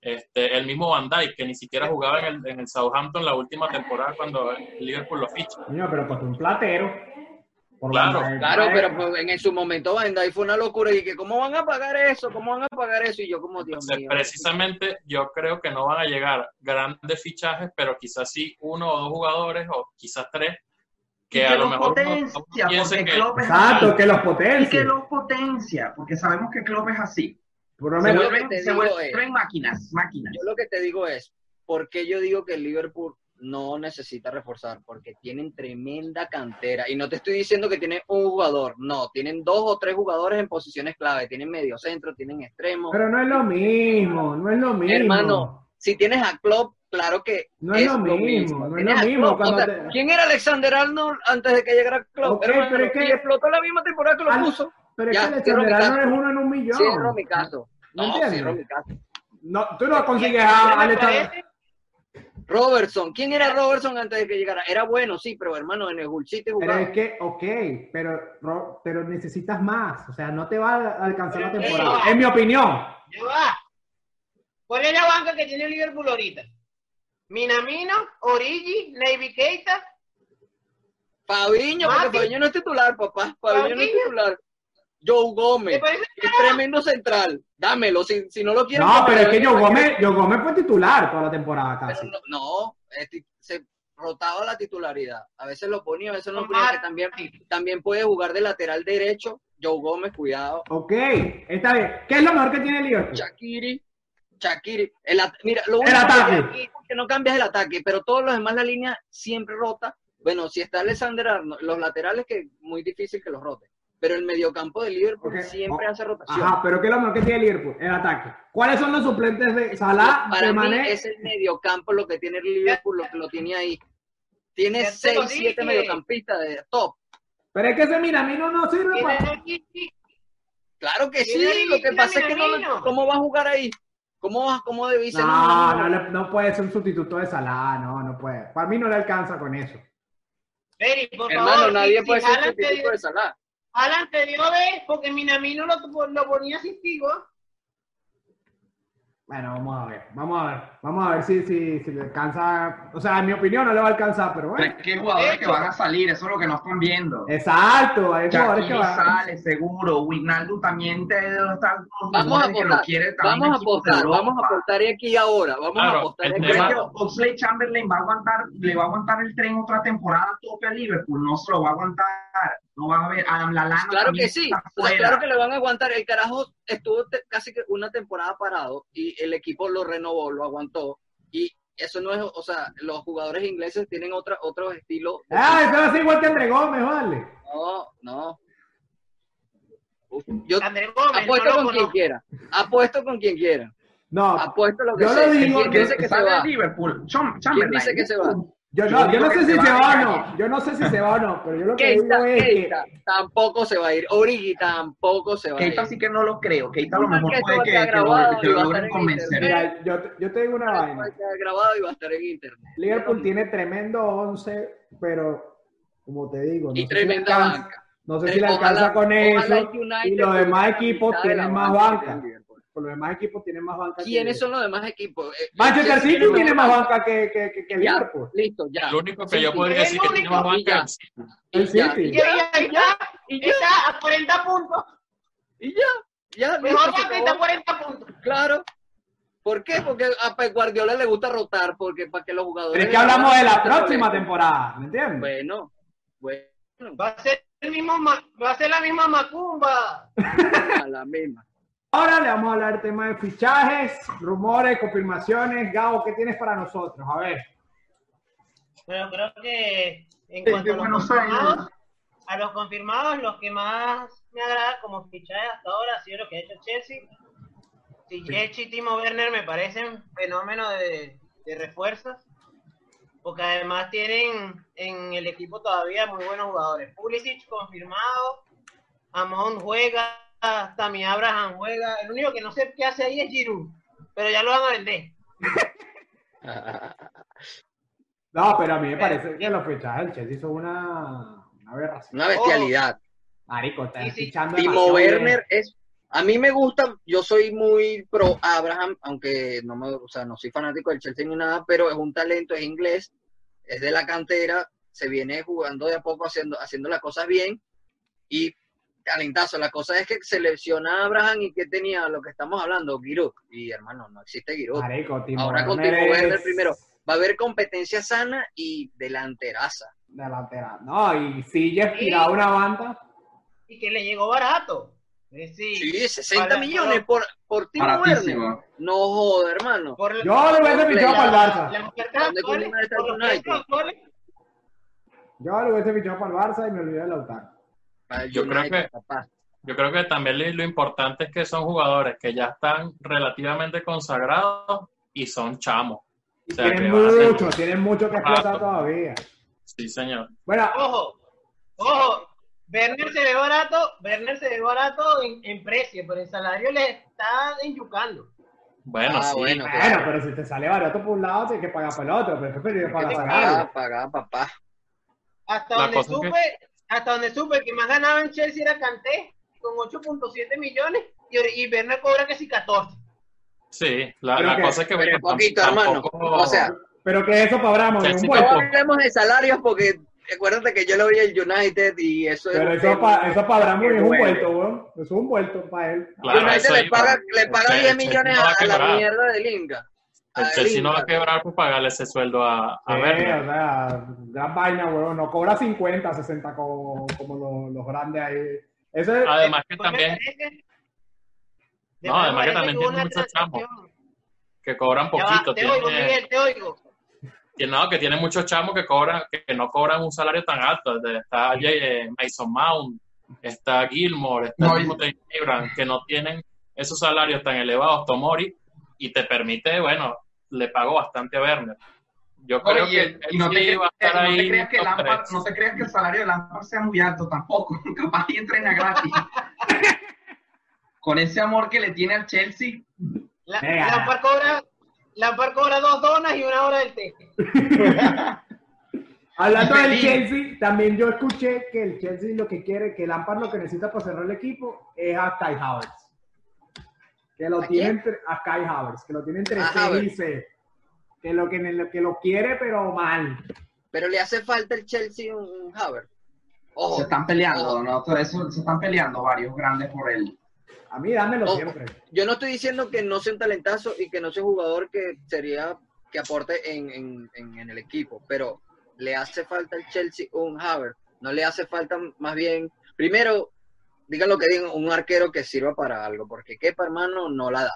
Speaker 5: Este, el mismo Van Dijk, que ni siquiera jugaba en el, en el Southampton la última temporada cuando el Liverpool lo ficha.
Speaker 1: Coño, pero costó un platero. Por eh,
Speaker 5: Claro,
Speaker 1: la-
Speaker 2: Claro, pero pues, en, en su momento Van Dijk fue una locura y que cómo van a pagar eso, cómo van a pagar eso y yo
Speaker 1: Pues,
Speaker 2: como Dios
Speaker 1: eh,
Speaker 5: Entonces,
Speaker 2: mío.
Speaker 5: precisamente, yo creo que no van a llegar grandes fichajes, pero quizás sí uno o dos jugadores, o quizás tres,
Speaker 4: Y
Speaker 5: que a lo
Speaker 4: los
Speaker 5: mejor no-
Speaker 4: potencia,
Speaker 5: no piensen
Speaker 4: porque
Speaker 5: que...
Speaker 4: Klopp es
Speaker 1: Exacto,
Speaker 4: así.
Speaker 1: que los
Speaker 4: Y que
Speaker 1: potencie.
Speaker 4: los potencia, porque sabemos que Klopp es así.
Speaker 1: Por lo
Speaker 2: Yo
Speaker 4: Se
Speaker 1: menos.
Speaker 2: lo que
Speaker 4: vuelven,
Speaker 2: te
Speaker 4: se
Speaker 2: digo
Speaker 4: vuelven máquinas, máquinas.
Speaker 2: Yo lo que te digo es, ¿por qué yo digo que el Liverpool no necesita reforzar porque tienen tremenda cantera. Y no te estoy diciendo que tienen un jugador, no, tienen dos o tres jugadores en posiciones clave, tienen medio centro, tienen extremo.
Speaker 1: Pero no es lo mismo, no es lo mismo.
Speaker 2: Hermano, si tienes a Klopp, claro que
Speaker 1: No es lo mismo, no es
Speaker 2: Tienes
Speaker 1: lo
Speaker 2: a
Speaker 1: mismo.
Speaker 2: Klopp,
Speaker 1: Cuando
Speaker 2: o sea,
Speaker 1: te-
Speaker 2: ¿Quién era Alexander Arnold antes de que llegara Klopp?
Speaker 1: Ok,
Speaker 2: Hermano,
Speaker 1: pero es que-
Speaker 2: y explotó la misma temporada que lo
Speaker 1: Al-
Speaker 2: puso.
Speaker 1: Pero es
Speaker 2: Ya,
Speaker 1: que el
Speaker 2: cierro mi
Speaker 1: Escanderano
Speaker 2: caso.
Speaker 1: es uno en un millón.
Speaker 2: Cierro mi caso.
Speaker 1: ¿No
Speaker 2: No,
Speaker 1: entiendes?
Speaker 2: cierro mi caso.
Speaker 1: No, tú no consigues
Speaker 3: ¿Qué
Speaker 1: a
Speaker 3: me
Speaker 1: al Escanderano.
Speaker 3: parece?
Speaker 2: Robertson, ¿quién era Robertson antes de que llegara? Era bueno, sí, pero hermano, en el Hull City
Speaker 1: Pero es
Speaker 2: jugaba.
Speaker 1: que, ok, pero, Ro- pero necesitas más. O sea, no te va a alcanzar la
Speaker 3: Pero,
Speaker 1: temporada.
Speaker 3: eh,
Speaker 1: En mi opinión.
Speaker 3: Ya va. ¿Cuál es la banca que tiene Liverpool ahorita? Minamino, Origi, Navy Keita.
Speaker 2: Fabiño, porque
Speaker 3: Mati.
Speaker 2: Fabiño no es titular, papá. Fabiño no es
Speaker 3: Fabiño.
Speaker 2: titular. Joe
Speaker 3: ¿Te
Speaker 2: Gómez,
Speaker 3: parece
Speaker 2: que es tremendo central. Dámelo, si, si no lo quieres.
Speaker 1: No, pero es que
Speaker 2: dámelo.
Speaker 1: Joe Gómez, Ah, Joe Gómez fue titular toda la temporada
Speaker 2: Pero
Speaker 1: casi.
Speaker 2: no, no, es ti- se rotaba la titularidad. A veces lo ponía, a veces no lo
Speaker 3: Omar.
Speaker 2: ponía. Que también, también puede jugar de lateral derecho. Joe Gómez, cuidado.
Speaker 1: Ok, está bien. ¿Qué es lo mejor que tiene Liverpool?
Speaker 2: Shakiri. Shakiri. El at- mira, lo
Speaker 1: El
Speaker 2: único que
Speaker 1: ataque.
Speaker 2: aquí es que no cambia es el ataque, pero todos los demás la línea siempre rota. Bueno, si está Alexander Arnold, los laterales que muy difícil que los rote. Pero el mediocampo de Liverpool
Speaker 1: Ok.
Speaker 2: siempre hace rotación.
Speaker 1: Ajá, pero ¿qué es lo mejor que tiene Liverpool? El ataque. ¿Cuáles son los suplentes de Salah,
Speaker 2: Para
Speaker 1: de
Speaker 2: mí
Speaker 1: Mané?
Speaker 2: es el mediocampo lo que tiene el Liverpool, lo que lo tiene ahí. Tiene
Speaker 3: Ya te
Speaker 2: 6,
Speaker 3: lo dije.
Speaker 2: 7 mediocampistas de top.
Speaker 1: Pero es que ese Minamino no sirve
Speaker 3: Tiene
Speaker 1: para...
Speaker 3: aquí-
Speaker 2: Claro que sí,
Speaker 3: Mira ahí,
Speaker 2: lo que
Speaker 3: mira,
Speaker 2: pasa es que no, lo-
Speaker 3: Minamino.
Speaker 2: ¿cómo va a jugar ahí? ¿Cómo, va- cómo debiese?
Speaker 1: No, no, le- no puede ser un sustituto de Salah, no, no puede. Para mí no le alcanza con eso.
Speaker 3: Feri, por
Speaker 2: Hermano,
Speaker 3: favor,
Speaker 2: nadie
Speaker 3: si-
Speaker 2: puede
Speaker 3: si
Speaker 2: ser
Speaker 3: Haaland te
Speaker 2: sustituto
Speaker 3: dio-
Speaker 2: de Salah.
Speaker 3: Haaland te dio vez porque Minamino lo, lo ponía sin figo.
Speaker 1: Bueno, vamos a ver, vamos a ver, vamos a ver si, si, si le alcanza, o sea, en mi opinión no le va a alcanzar, pero bueno.
Speaker 4: Pero es que hay jugadores que van a salir, eso es lo que no están viendo.
Speaker 2: Eh,
Speaker 1: Exacto, hay jugadores que
Speaker 4: Shakiri
Speaker 1: van.
Speaker 4: sale, seguro. Wijnaldum también te está
Speaker 2: Vamos a
Speaker 4: que lo
Speaker 2: apostar,
Speaker 4: quiere también
Speaker 2: Vamos a
Speaker 4: equipos de
Speaker 2: apostar,
Speaker 4: Europa.
Speaker 2: vamos a apostar aquí ahora. Vamos
Speaker 5: Claro,
Speaker 2: a apostar
Speaker 5: el
Speaker 2: aquí
Speaker 4: ¿Tú crees
Speaker 5: tema-
Speaker 4: que
Speaker 2: ahora.
Speaker 4: Oxley Chamberlain va a aguantar, le va a aguantar el tren otra temporada a tope a Liverpool? No se lo va a aguantar. No va a haber. Adam Lallana
Speaker 2: Claro
Speaker 4: también
Speaker 2: que sí,
Speaker 4: está
Speaker 2: o sea,
Speaker 4: fuera.
Speaker 2: claro que le van a aguantar. El carajo estuvo te- casi que una temporada parado y el equipo lo renovó, lo aguantó. Y eso no es, o sea, los jugadores ingleses tienen otra, otro estilo. de-
Speaker 1: Ah, eso va a ser igual que André Gómez, vale.
Speaker 2: No, no. Uf, Yo
Speaker 3: Andrés Gómez, no
Speaker 2: apuesto
Speaker 3: lo
Speaker 2: con quien
Speaker 3: conozco.
Speaker 2: quiera, apuesto con quien quiera,
Speaker 1: No,
Speaker 2: apuesto lo que
Speaker 1: Yo lo
Speaker 2: sea.
Speaker 1: digo,
Speaker 2: ¿Quién
Speaker 1: yo-
Speaker 2: dice que se
Speaker 4: sale
Speaker 2: va?
Speaker 4: de Liverpool. Cham-
Speaker 2: ¿Quién
Speaker 4: Chamberlain.
Speaker 2: dice que se va?
Speaker 1: yo
Speaker 4: Yo
Speaker 1: no, yo
Speaker 4: digo
Speaker 1: no
Speaker 4: que
Speaker 1: sé
Speaker 4: se
Speaker 1: si
Speaker 4: va
Speaker 1: se
Speaker 4: de
Speaker 1: va o
Speaker 4: calle.
Speaker 1: no, yo no sé si se va o no, pero yo lo que
Speaker 2: Keita,
Speaker 1: digo es que
Speaker 2: Keita, tampoco se va a ir. Origi tampoco se va a ir.
Speaker 4: Keita sí que no lo creo. Keita a lo
Speaker 2: Porque
Speaker 4: mejor
Speaker 2: esto va
Speaker 4: puede
Speaker 2: a
Speaker 4: que,
Speaker 2: quedar
Speaker 4: que lo-
Speaker 2: grabado
Speaker 4: que
Speaker 2: y va a estar
Speaker 4: logren
Speaker 2: en
Speaker 4: convencer.
Speaker 2: internet.
Speaker 1: mira, yo, te- yo te digo una
Speaker 2: Va
Speaker 1: vaina.
Speaker 2: a estar grabado y va a estar en internet.
Speaker 1: Liverpool tiene tremendo 11, pero como te digo, no sé
Speaker 2: Y
Speaker 1: si
Speaker 2: tremenda
Speaker 1: le alcanza-
Speaker 2: banca.
Speaker 1: no sé si le
Speaker 2: Eh, Ojalá-
Speaker 1: alcanza con
Speaker 2: ojalá
Speaker 1: eso.
Speaker 2: el United
Speaker 1: Y los demás
Speaker 2: tuviera la
Speaker 1: equipos
Speaker 2: mitad de la
Speaker 1: tienen más
Speaker 2: que
Speaker 1: banca.
Speaker 2: tiene Liverpool.
Speaker 1: Los demás equipos tienen más banca. que
Speaker 2: ¿Quiénes
Speaker 1: Liverpool.
Speaker 2: son los demás equipos? Eh,
Speaker 1: Manchester
Speaker 2: Chelsea
Speaker 1: City tiene más
Speaker 2: banca.
Speaker 1: banca que, que, que, que
Speaker 2: Ya,
Speaker 1: Liverpool.
Speaker 2: listo, ya.
Speaker 5: El único que
Speaker 2: Sí,
Speaker 5: yo
Speaker 2: sí.
Speaker 5: podría
Speaker 3: el
Speaker 5: decir que tiene más
Speaker 2: único, y
Speaker 5: banca
Speaker 2: ya.
Speaker 5: es el City.
Speaker 1: El
Speaker 2: Y ya,
Speaker 1: City.
Speaker 2: y
Speaker 3: Y ahí
Speaker 2: ya, y ya, y ya,
Speaker 3: Está a 40 puntos.
Speaker 2: y ya, ya, listo,
Speaker 3: Mejor
Speaker 2: se
Speaker 3: banca está a
Speaker 2: acabó.
Speaker 3: 40 puntos.
Speaker 2: Claro. ¿Por qué? Porque a Pep Guardiola le gusta rotar, porque para que los jugadores...
Speaker 1: Pero es que hablamos de la próxima temporada, ¿me entiendes?
Speaker 2: Bueno, bueno, *laughs*
Speaker 3: Va a ser el mismo, ma- va a ser la misma macumba.
Speaker 2: a la misma.
Speaker 1: Ahora le vamos a hablar del tema de fichajes, rumores, confirmaciones. Gabo, ¿qué tienes para nosotros? A ver.
Speaker 3: Bueno, creo que en
Speaker 4: de
Speaker 3: cuanto a los,
Speaker 4: Buenos
Speaker 3: confirmados,
Speaker 4: Aires.
Speaker 3: a los confirmados, los que más me agrada como fichaje hasta ahora ha sido lo que ha hecho Chelsea. Ziyech y Timo Werner me parecen fenómeno de, de refuerzos, porque además tienen en el equipo todavía muy buenos jugadores. Pulisic confirmado, Amon juega, Tammy Abraham juega. El único que no sé qué hace ahí es Giroud, pero ya lo van a vender.
Speaker 1: No, pero a
Speaker 2: Eh.
Speaker 1: mí me parece que los fichajes del Chelsea son una, una aberración.
Speaker 2: Una bestialidad.
Speaker 1: Marico, están
Speaker 3: Sí, sí.
Speaker 1: fichando
Speaker 2: Timo
Speaker 1: demasiado
Speaker 2: Werner es... A mí me gusta, yo soy muy pro Abraham, aunque no me, o sea, no soy fanático del Chelsea ni nada, pero es un talento, es inglés, es de la cantera, se viene jugando de a poco, haciendo, haciendo las cosas bien y talentazo. La cosa es que selecciona a Abraham y que tenía lo que estamos hablando, Giroud. Y hermano, no existe
Speaker 1: bien.
Speaker 2: Giroud.
Speaker 1: Marico, Timo
Speaker 2: Ahora con
Speaker 1: Werner
Speaker 2: Timo Werner
Speaker 1: es
Speaker 2: primero. Va a haber competencia sana y delanteraza.
Speaker 1: Delantera. No, y Silla
Speaker 3: Sí.
Speaker 1: tirado una banda.
Speaker 3: Y que le llegó barato. Eh, sí.
Speaker 2: Sí, 60
Speaker 3: Para-
Speaker 2: millones por, por Timo Werner.
Speaker 4: Baratísimo.
Speaker 2: No joda, hermano.
Speaker 3: Por la-
Speaker 1: Yo le voy a hacer mi
Speaker 2: Yo
Speaker 1: chavo para el Barça.
Speaker 3: Las ofertas
Speaker 2: Donde
Speaker 3: actuales,
Speaker 2: combina esta
Speaker 3: por los
Speaker 2: United.
Speaker 3: precios actuales,
Speaker 1: Yo le voy a hacer mi chavo para el Barça y me olvidé de Lautaro.
Speaker 2: Para el
Speaker 5: Yo creo
Speaker 2: United,
Speaker 5: que-
Speaker 2: papá.
Speaker 5: Yo creo que también lo, lo importante es que son jugadores que ya están relativamente consagrados y son chamos. O sea, que
Speaker 1: Tienen
Speaker 5: van a ser-
Speaker 1: mucho, tienen mucho que explotar
Speaker 5: Rato.
Speaker 1: todavía.
Speaker 5: Sí, señor.
Speaker 1: Bueno,
Speaker 3: Ojo, ojo, Werner se ve barato, Werner se ve barato en, en precio, pero el salario le está enyucando.
Speaker 5: Bueno,
Speaker 2: Ah,
Speaker 5: sí.
Speaker 2: bueno.
Speaker 1: bueno, pero si te sale barato por un lado, tienes que pagar para el otro, pero es perdido para
Speaker 2: Hay que
Speaker 1: pagarlo.
Speaker 2: pagar, pagar, papá.
Speaker 3: Hasta
Speaker 5: La
Speaker 3: donde
Speaker 5: cosa es
Speaker 3: supe, hasta donde supe que más ganaba en Chelsea era Kanté, con 8.7 millones, y, y Werner cobra casi 14.
Speaker 5: Sí, la,
Speaker 1: Creo
Speaker 5: la
Speaker 1: que-
Speaker 5: cosa es que
Speaker 2: Pero
Speaker 5: bueno,
Speaker 2: un poquito,
Speaker 5: tam-
Speaker 2: hermano.
Speaker 5: tampoco-
Speaker 2: O sea,
Speaker 1: Pero que eso para Abraham,
Speaker 5: Sí,
Speaker 1: un
Speaker 5: sí,
Speaker 2: no
Speaker 1: puesto.
Speaker 5: tampoco.
Speaker 2: hablemos de salarios porque acuérdate que yo le voy al United y eso es.
Speaker 1: Pero
Speaker 2: un
Speaker 1: eso
Speaker 2: tema
Speaker 1: para eso pa' Abraham
Speaker 2: que
Speaker 1: es un
Speaker 2: duele.
Speaker 1: vuelto, weón. Eso es un vuelto para él.
Speaker 5: Claro,
Speaker 2: United
Speaker 5: eso
Speaker 2: le
Speaker 5: iba.
Speaker 2: paga, le paga
Speaker 5: El
Speaker 2: 10
Speaker 5: Chelsea
Speaker 2: millones
Speaker 5: no va
Speaker 2: a,
Speaker 5: a
Speaker 2: a la
Speaker 5: quebrar.
Speaker 2: mierda de Linga.
Speaker 5: el
Speaker 2: A
Speaker 5: Chelsea no va a
Speaker 2: Lingard.
Speaker 5: quebrar por pagarle ese sueldo a, a
Speaker 1: Sí,
Speaker 5: Werner.
Speaker 1: Eh, o sea, gran vaina, weón. No cobra 50, 60 como, como los, los grandes ahí. Ese,
Speaker 5: Además que
Speaker 3: Después me
Speaker 5: también,
Speaker 3: parece-
Speaker 5: No, además que
Speaker 3: me parece
Speaker 5: también
Speaker 3: hubo
Speaker 5: tiene
Speaker 3: una
Speaker 5: muchos chamos.
Speaker 3: transacción.
Speaker 5: que cobran
Speaker 3: Ya va,
Speaker 5: poquito.
Speaker 3: te oigo,
Speaker 5: tiene-
Speaker 3: Miguel, te oigo.
Speaker 5: que no, que tiene muchos chamos que cobran, que, que no cobran un salario tan alto. De- Está eh, Mason Mount, está Gilmore, está
Speaker 4: No,
Speaker 5: el mismo
Speaker 4: y-
Speaker 5: David Abraham, que no tienen esos salarios tan elevados, Tomori, y te permite, bueno, le pagó bastante a Werner. Yo creo
Speaker 4: Oye,
Speaker 5: que
Speaker 4: y
Speaker 5: él
Speaker 4: no, te,
Speaker 5: sí va a
Speaker 4: creas- no
Speaker 5: estar
Speaker 4: te
Speaker 5: ahí.
Speaker 4: creas que
Speaker 5: top
Speaker 4: Lampard-
Speaker 5: tres.
Speaker 4: no te creas que el salario de Lampard sea muy alto tampoco. *laughs* Capaz y entrena gratis. Con ese amor que le tiene al Chelsea,
Speaker 3: La,
Speaker 1: Venga.
Speaker 3: Lampard cobra, Lampard cobra dos donas y una hora del té.
Speaker 1: hablando del
Speaker 4: Feliz.
Speaker 1: Chelsea, también yo escuché que el Chelsea lo que quiere, que el Lampard lo que necesita para cerrar el equipo es a Kai Havertz. Que lo
Speaker 2: ¿A
Speaker 1: tiene
Speaker 2: quién?
Speaker 1: entre- a Kai Havertz, que lo tiene entre
Speaker 2: A
Speaker 1: C
Speaker 2: Havertz.
Speaker 1: y C. Que lo que, lo que lo quiere, pero mal.
Speaker 2: Pero le hace falta el Chelsea un, un Havertz. Ojo,
Speaker 4: se están peleando, ¿no? Por eso se están peleando varios grandes por él.
Speaker 1: A mí, dámelo
Speaker 2: Ojo.
Speaker 1: siempre.
Speaker 5: Este,
Speaker 2: yo no estoy diciendo que no sea un talentazo y que no sea un jugador que sería que aporte en, en- en- en el equipo, pero le hace falta al Chelsea un Havertz, no le hace falta más bien, primero, digan lo que digan, un arquero que sirva para algo, porque Kepa, hermano, no la da.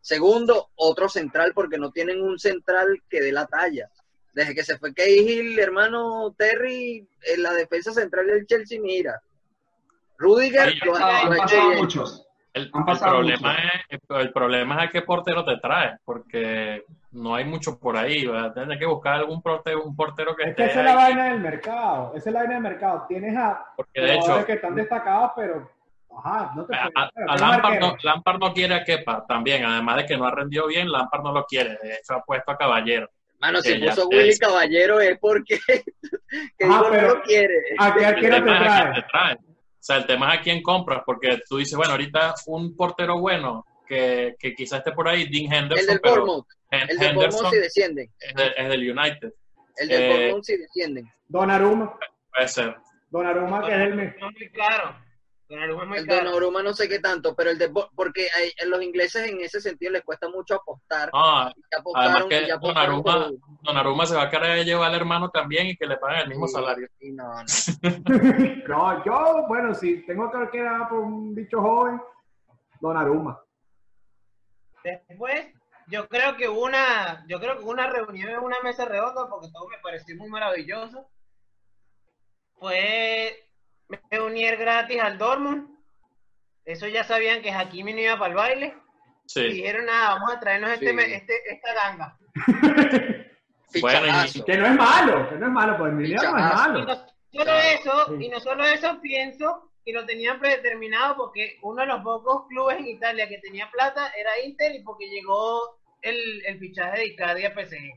Speaker 2: Segundo, otro central, porque no tienen un central que dé la talla. Desde que se fue Cahill, hermano Terry, en la defensa central del Chelsea, mira. Rudiger
Speaker 5: Ahí
Speaker 2: lo ha,
Speaker 4: Ah, han
Speaker 2: lo ha hecho
Speaker 4: pasado
Speaker 2: bien.
Speaker 4: muchos.
Speaker 5: El, el
Speaker 4: Han pasado
Speaker 5: problema
Speaker 4: mucho.
Speaker 5: es, el problema es a qué portero te traes, porque no hay mucho por ahí. vas a tener que buscar algún portero, un portero que
Speaker 1: Es
Speaker 5: esté
Speaker 1: que esa es la
Speaker 5: ahí,
Speaker 1: vaina del mercado. Esa es la vaina del mercado. Tienes a
Speaker 5: porque de hecho
Speaker 1: jugadores que están destacados, pero. Ajá, no te
Speaker 5: a,
Speaker 1: puedes- pero
Speaker 5: a- a
Speaker 1: tienes
Speaker 5: Lampard,
Speaker 1: arquero.
Speaker 5: no, Lampard no quiere a Kepa también, además de que no ha rendido bien, Lampard no lo quiere. De hecho, ha puesto a Caballero.
Speaker 2: Mano, si
Speaker 5: Que ya
Speaker 2: puso
Speaker 5: te-
Speaker 2: Willy Caballero es porque *laughs* que
Speaker 1: Ah,
Speaker 2: digo,
Speaker 1: pero-
Speaker 2: no lo quiere.
Speaker 1: ¿A qué
Speaker 5: El
Speaker 1: arquero te
Speaker 5: tema es a quién
Speaker 1: traes?
Speaker 5: te traes. O sea, el tema es a quién compras, porque tú dices, bueno, ahorita un portero bueno que, que quizás esté por ahí, Dean Henderson,
Speaker 2: El del
Speaker 5: pero
Speaker 2: Bournemouth,
Speaker 5: Hen-
Speaker 2: el del Bournemouth
Speaker 5: Henderson
Speaker 2: si descienden,
Speaker 5: es, del, es del United.
Speaker 2: el del
Speaker 5: Eh,
Speaker 2: Bournemouth si descienden.
Speaker 1: oh Donnarumma.
Speaker 5: Puede ser.
Speaker 1: Donnarumma, que es el mejor.
Speaker 3: No es muy caro. Donnarumma es muy
Speaker 2: El
Speaker 3: caro.
Speaker 2: Donnarumma no sé qué tanto, pero el de Bo- porque hay- en los ingleses en ese sentido les cuesta mucho apostar.
Speaker 5: Ah,
Speaker 2: y Ya apostaron,
Speaker 5: que
Speaker 2: y ya apostaron
Speaker 5: Donnarumma-
Speaker 2: por-
Speaker 5: Donnarumma se va a querer llevar al hermano también y que le paguen el mismo
Speaker 2: y-
Speaker 5: salario.
Speaker 2: y no, no.
Speaker 1: No, yo, bueno, si tengo que arquear por un bicho joven, Donnarumma.
Speaker 3: Después, yo creo que hubo una, yo creo que hubo una reunión en una mesa redonda, porque todo me pareció muy maravilloso. Fue me unir gratis al Dortmund. Eso ya sabían que Hakimi no iba para el baile. Y
Speaker 5: Sí.
Speaker 3: dijeron, nada, vamos a traernos este,
Speaker 2: Sí.
Speaker 3: me- este- esta ganga.
Speaker 5: Bueno, y-
Speaker 2: Fichajazo.
Speaker 1: Que no es malo, que no es malo, pues mi idea no es
Speaker 2: Fichajazo.
Speaker 3: Y no
Speaker 1: malo.
Speaker 3: solo eso,
Speaker 1: Sí.
Speaker 3: y no solo eso, pienso que lo tenían predeterminado porque uno de los pocos clubes en Italia que tenía plata era Inter y porque llegó el, el fichaje de Icardi a PSG.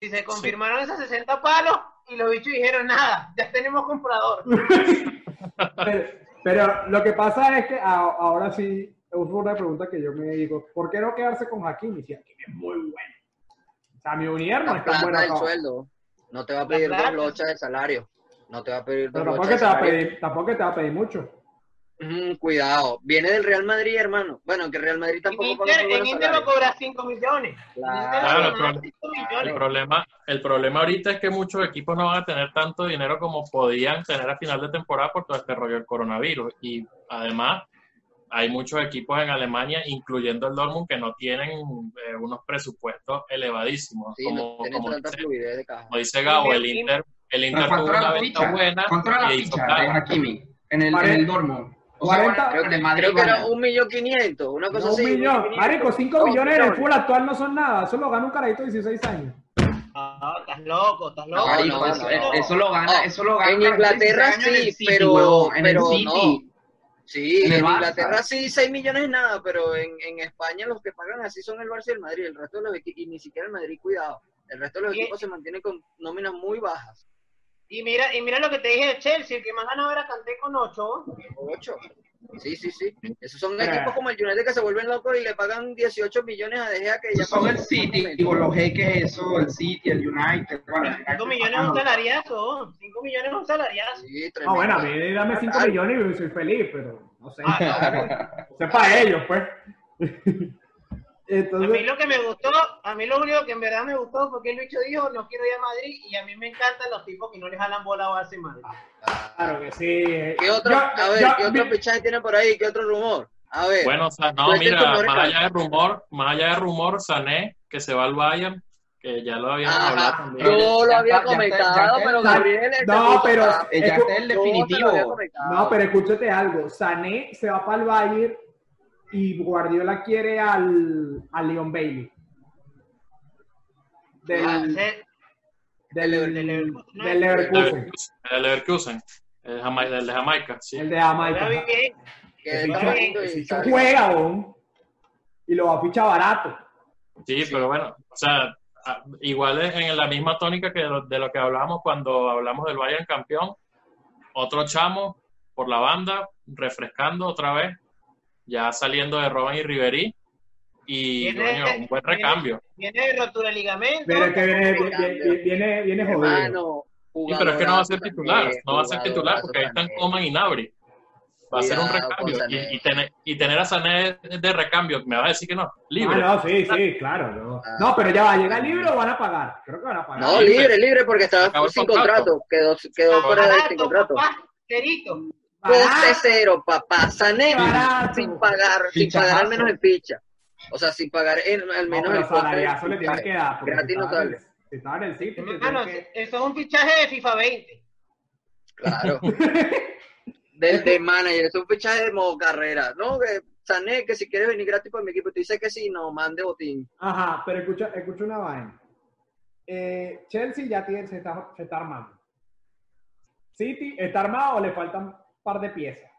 Speaker 3: Si se confirmaron esos 60 palos y los bichos dijeron nada, ya tenemos comprador.
Speaker 1: Pero, pero lo que pasa es que a- ahora sí, es una pregunta que yo me digo, ¿por qué no quedarse con Hakimi? Si Hakimi es muy bueno. O sea, mi Unier no
Speaker 2: La
Speaker 1: es tan
Speaker 2: plata
Speaker 1: bueno.
Speaker 2: del
Speaker 1: no.
Speaker 2: sueldo. No te va a pedir dos
Speaker 3: plata.
Speaker 2: lochas de salario. No te va a pedir dos
Speaker 1: Pero tampoco que
Speaker 2: lochas de
Speaker 1: te va a
Speaker 2: salario.
Speaker 1: pedir, tampoco que te va a pedir mucho.
Speaker 2: Mm, cuidado. Viene del Real Madrid, hermano. Bueno, que Real Madrid
Speaker 3: En
Speaker 2: tampoco paga
Speaker 3: Inter,
Speaker 2: muy
Speaker 3: en
Speaker 2: buenos
Speaker 3: Inter va a
Speaker 2: salarios.
Speaker 3: cobrar 5 millones.
Speaker 2: Claro,
Speaker 3: En Inter va a cobrar
Speaker 5: claro.
Speaker 3: 5
Speaker 5: El
Speaker 3: millones.
Speaker 5: problema, el problema ahorita es que muchos equipos no van a tener tanto dinero como podían tener a final de temporada por todo este rollo del coronavirus. Y además, hay muchos equipos en Alemania, incluyendo el Dortmund, que no tienen eh, unos presupuestos elevadísimos.
Speaker 2: Sí,
Speaker 5: como,
Speaker 2: no tienen
Speaker 5: como
Speaker 2: tanta
Speaker 5: dice,
Speaker 2: fluidez de caja.
Speaker 5: como dice Gabo, el
Speaker 3: Sí, sí.
Speaker 5: Inter, el
Speaker 4: Pero
Speaker 5: Inter tuvo
Speaker 4: ¿Cuánto era
Speaker 5: una
Speaker 4: la
Speaker 5: venta
Speaker 4: ficha?
Speaker 5: buena
Speaker 4: ¿Cuánto era la
Speaker 5: y hizo
Speaker 4: ficha de
Speaker 5: caja.
Speaker 4: Hakimi en el, en
Speaker 1: Cuarenta-
Speaker 4: el Dortmund? O sea,
Speaker 1: cuarenta-
Speaker 4: bueno, en el Madrid,
Speaker 2: Creo que era
Speaker 4: bueno.
Speaker 2: un millón quinientos, una cosa
Speaker 1: No, un
Speaker 2: así.
Speaker 1: millón.
Speaker 2: 1.500.
Speaker 1: Marico, 5
Speaker 2: Dos
Speaker 1: millones en el
Speaker 2: millones.
Speaker 1: fútbol actual no son nada. Eso lo gana un carajito de 16 años.
Speaker 3: Ah, estás loco, estás
Speaker 2: No,
Speaker 3: loco.
Speaker 4: Marico,
Speaker 2: no,
Speaker 4: eso,
Speaker 2: no.
Speaker 4: eh, eso lo gana,
Speaker 1: Ah,
Speaker 2: No,
Speaker 4: eso lo gana.
Speaker 2: en
Speaker 4: un carajito de
Speaker 2: Inglaterra
Speaker 4: 16 años en el
Speaker 2: sí,
Speaker 4: City,
Speaker 2: pero-
Speaker 4: huevón, en
Speaker 2: pero
Speaker 4: el City.
Speaker 2: no. Sí,
Speaker 4: En
Speaker 2: en,
Speaker 4: el Barça.
Speaker 2: Inglaterra sí, 6 millones es nada, pero en, en España los que pagan así son el Barça y el Madrid, el resto de los equipos, y ni siquiera el Madrid, cuidado. El resto de los
Speaker 3: Y-
Speaker 2: equipos se mantienen con nóminas muy bajas.
Speaker 3: Y mira, y mira lo que te dije de Chelsea, el que más ganaba era Canté con 8.
Speaker 2: Ocho. Sí, sí, sí. Esos son
Speaker 1: Ah.
Speaker 2: equipos como el United que se vuelven locos y le pagan 18 millones a De Gea que ya
Speaker 4: Son
Speaker 2: pagó
Speaker 4: el
Speaker 2: en
Speaker 4: City,
Speaker 2: algún
Speaker 4: digo,
Speaker 2: momento.
Speaker 4: los jeques, eso, el City, el United. Bueno, el
Speaker 1: Ah,
Speaker 3: 5
Speaker 4: United
Speaker 3: millones es
Speaker 4: pagan
Speaker 3: un
Speaker 4: los-
Speaker 3: salariazo, 5 millones es un salariazo.
Speaker 2: Sí,
Speaker 1: Ah,
Speaker 2: tremendo.
Speaker 1: bueno, a mí dame 5
Speaker 2: Total.
Speaker 1: millones y soy feliz, pero no sé.
Speaker 3: Ah, no,
Speaker 1: Eso es para ellos, pues.
Speaker 3: A mí
Speaker 1: *laughs* Entonces,
Speaker 3: lo que me gustó, a mí lo único que en verdad me gustó fue que el bicho dijo, no quiero ir a Madrid y a mí me encantan los tipos que no les jalan bola a Barcelona.
Speaker 1: Ah, claro que sí. eh,
Speaker 2: ¿Qué otro,
Speaker 1: Yo-
Speaker 2: a ver,
Speaker 1: yo-
Speaker 2: ¿qué otro fichaje tiene por ahí? ¿Qué otro rumor? A ver.
Speaker 5: Bueno, o sea, no,
Speaker 2: Pues este
Speaker 5: mira,
Speaker 2: torneo
Speaker 5: más
Speaker 2: era-
Speaker 5: allá de rumor, más allá de rumor, Sané, que se va al Bayern, que ya lo habíamos hablado
Speaker 2: Ajá,
Speaker 5: también.
Speaker 2: yo lo había
Speaker 4: Ya está, ya está, ya
Speaker 2: comentado,
Speaker 4: está.
Speaker 2: pero Gabriel... es
Speaker 1: No,
Speaker 2: seguro,
Speaker 1: pero-
Speaker 2: ah,
Speaker 4: Eh, ya
Speaker 1: Escu-
Speaker 4: está el
Speaker 2: yo te lo había
Speaker 4: definitivo.
Speaker 2: comentado.
Speaker 1: No, pero escúchate algo. Sané se va para el Bayern y Guardiola quiere al, a Leon Bailey.
Speaker 3: Ah,
Speaker 1: Del,
Speaker 3: ese-
Speaker 1: del,
Speaker 3: del-
Speaker 1: del
Speaker 3: del-
Speaker 1: Leverkusen.
Speaker 5: El Leverkusen, el, Jama- el de Jamaica, sí.
Speaker 1: El de
Speaker 3: Ahora
Speaker 1: Jamaica. ajá.
Speaker 3: bien,
Speaker 2: Que está
Speaker 3: Está bien,
Speaker 2: jugando y
Speaker 1: Ese
Speaker 2: está-
Speaker 1: juega, bon, y lo va a fichar barato.
Speaker 5: Sí, pero bueno, o sea, a- igual es en la misma tónica que de lo, de lo que hablábamos cuando hablamos del Bayern campeón, otro chamo por la banda, refrescando otra vez, ya saliendo de Robin y Ribery, y
Speaker 3: Tiene-
Speaker 5: coño, un buen recambio.
Speaker 3: viene de rotura de ligamento.
Speaker 1: Pero es que viene, viene, viene, viene jodido.
Speaker 2: Hermano,
Speaker 5: Sí, pero es que no va a
Speaker 2: jugadorazo
Speaker 5: ser titular,
Speaker 2: también,
Speaker 5: no va a ser titular
Speaker 2: jugadorazo
Speaker 5: porque ahí están
Speaker 2: también.
Speaker 5: Coman y Nabri. Va a ser un
Speaker 2: Cuidado con
Speaker 5: recambio
Speaker 2: Sané.
Speaker 5: y, y tener, y tener a Sané de recambio, me va a decir que no,
Speaker 1: Ah,
Speaker 5: libre.
Speaker 1: no, sí, sí, claro. No, No, pero ya va, llega libre o van a pagar. Creo que van a pagar.
Speaker 2: No,
Speaker 5: libre.
Speaker 2: libre, libre, porque
Speaker 5: Acabó
Speaker 2: estaba
Speaker 5: el
Speaker 2: sin
Speaker 5: contrato.
Speaker 2: contrato. Quedó, quedó fuera de sin
Speaker 3: Barato,
Speaker 2: contrato.
Speaker 3: papá, cerito.
Speaker 1: Barato.
Speaker 2: Coste cero, papá. Sané
Speaker 1: Barato.
Speaker 2: sin pagar, sin
Speaker 4: Fichajazo.
Speaker 2: pagar al menos el ficha. O sea, sin pagar en- al
Speaker 1: No,
Speaker 2: menos
Speaker 1: pero
Speaker 2: el coste del
Speaker 1: salariazo le tienes
Speaker 2: fichaje.
Speaker 1: que dar. porque
Speaker 2: Gratis
Speaker 1: si
Speaker 2: no
Speaker 1: estaba en-
Speaker 2: sale.
Speaker 1: Si estaba en el sitio,
Speaker 3: Hermano, eso es un fichaje de FIFA 20.
Speaker 2: Claro. Del de manager, es un fichaje de modo carrera, ¿no? Que Sané, que si quieres venir gratis para mi equipo, tú dices que sí, no, mande botín.
Speaker 1: Ajá, pero escucha, escucha una vaina. Eh, Chelsea ya tiene, se, está, se está armando. City está armado o le faltan un par de piezas.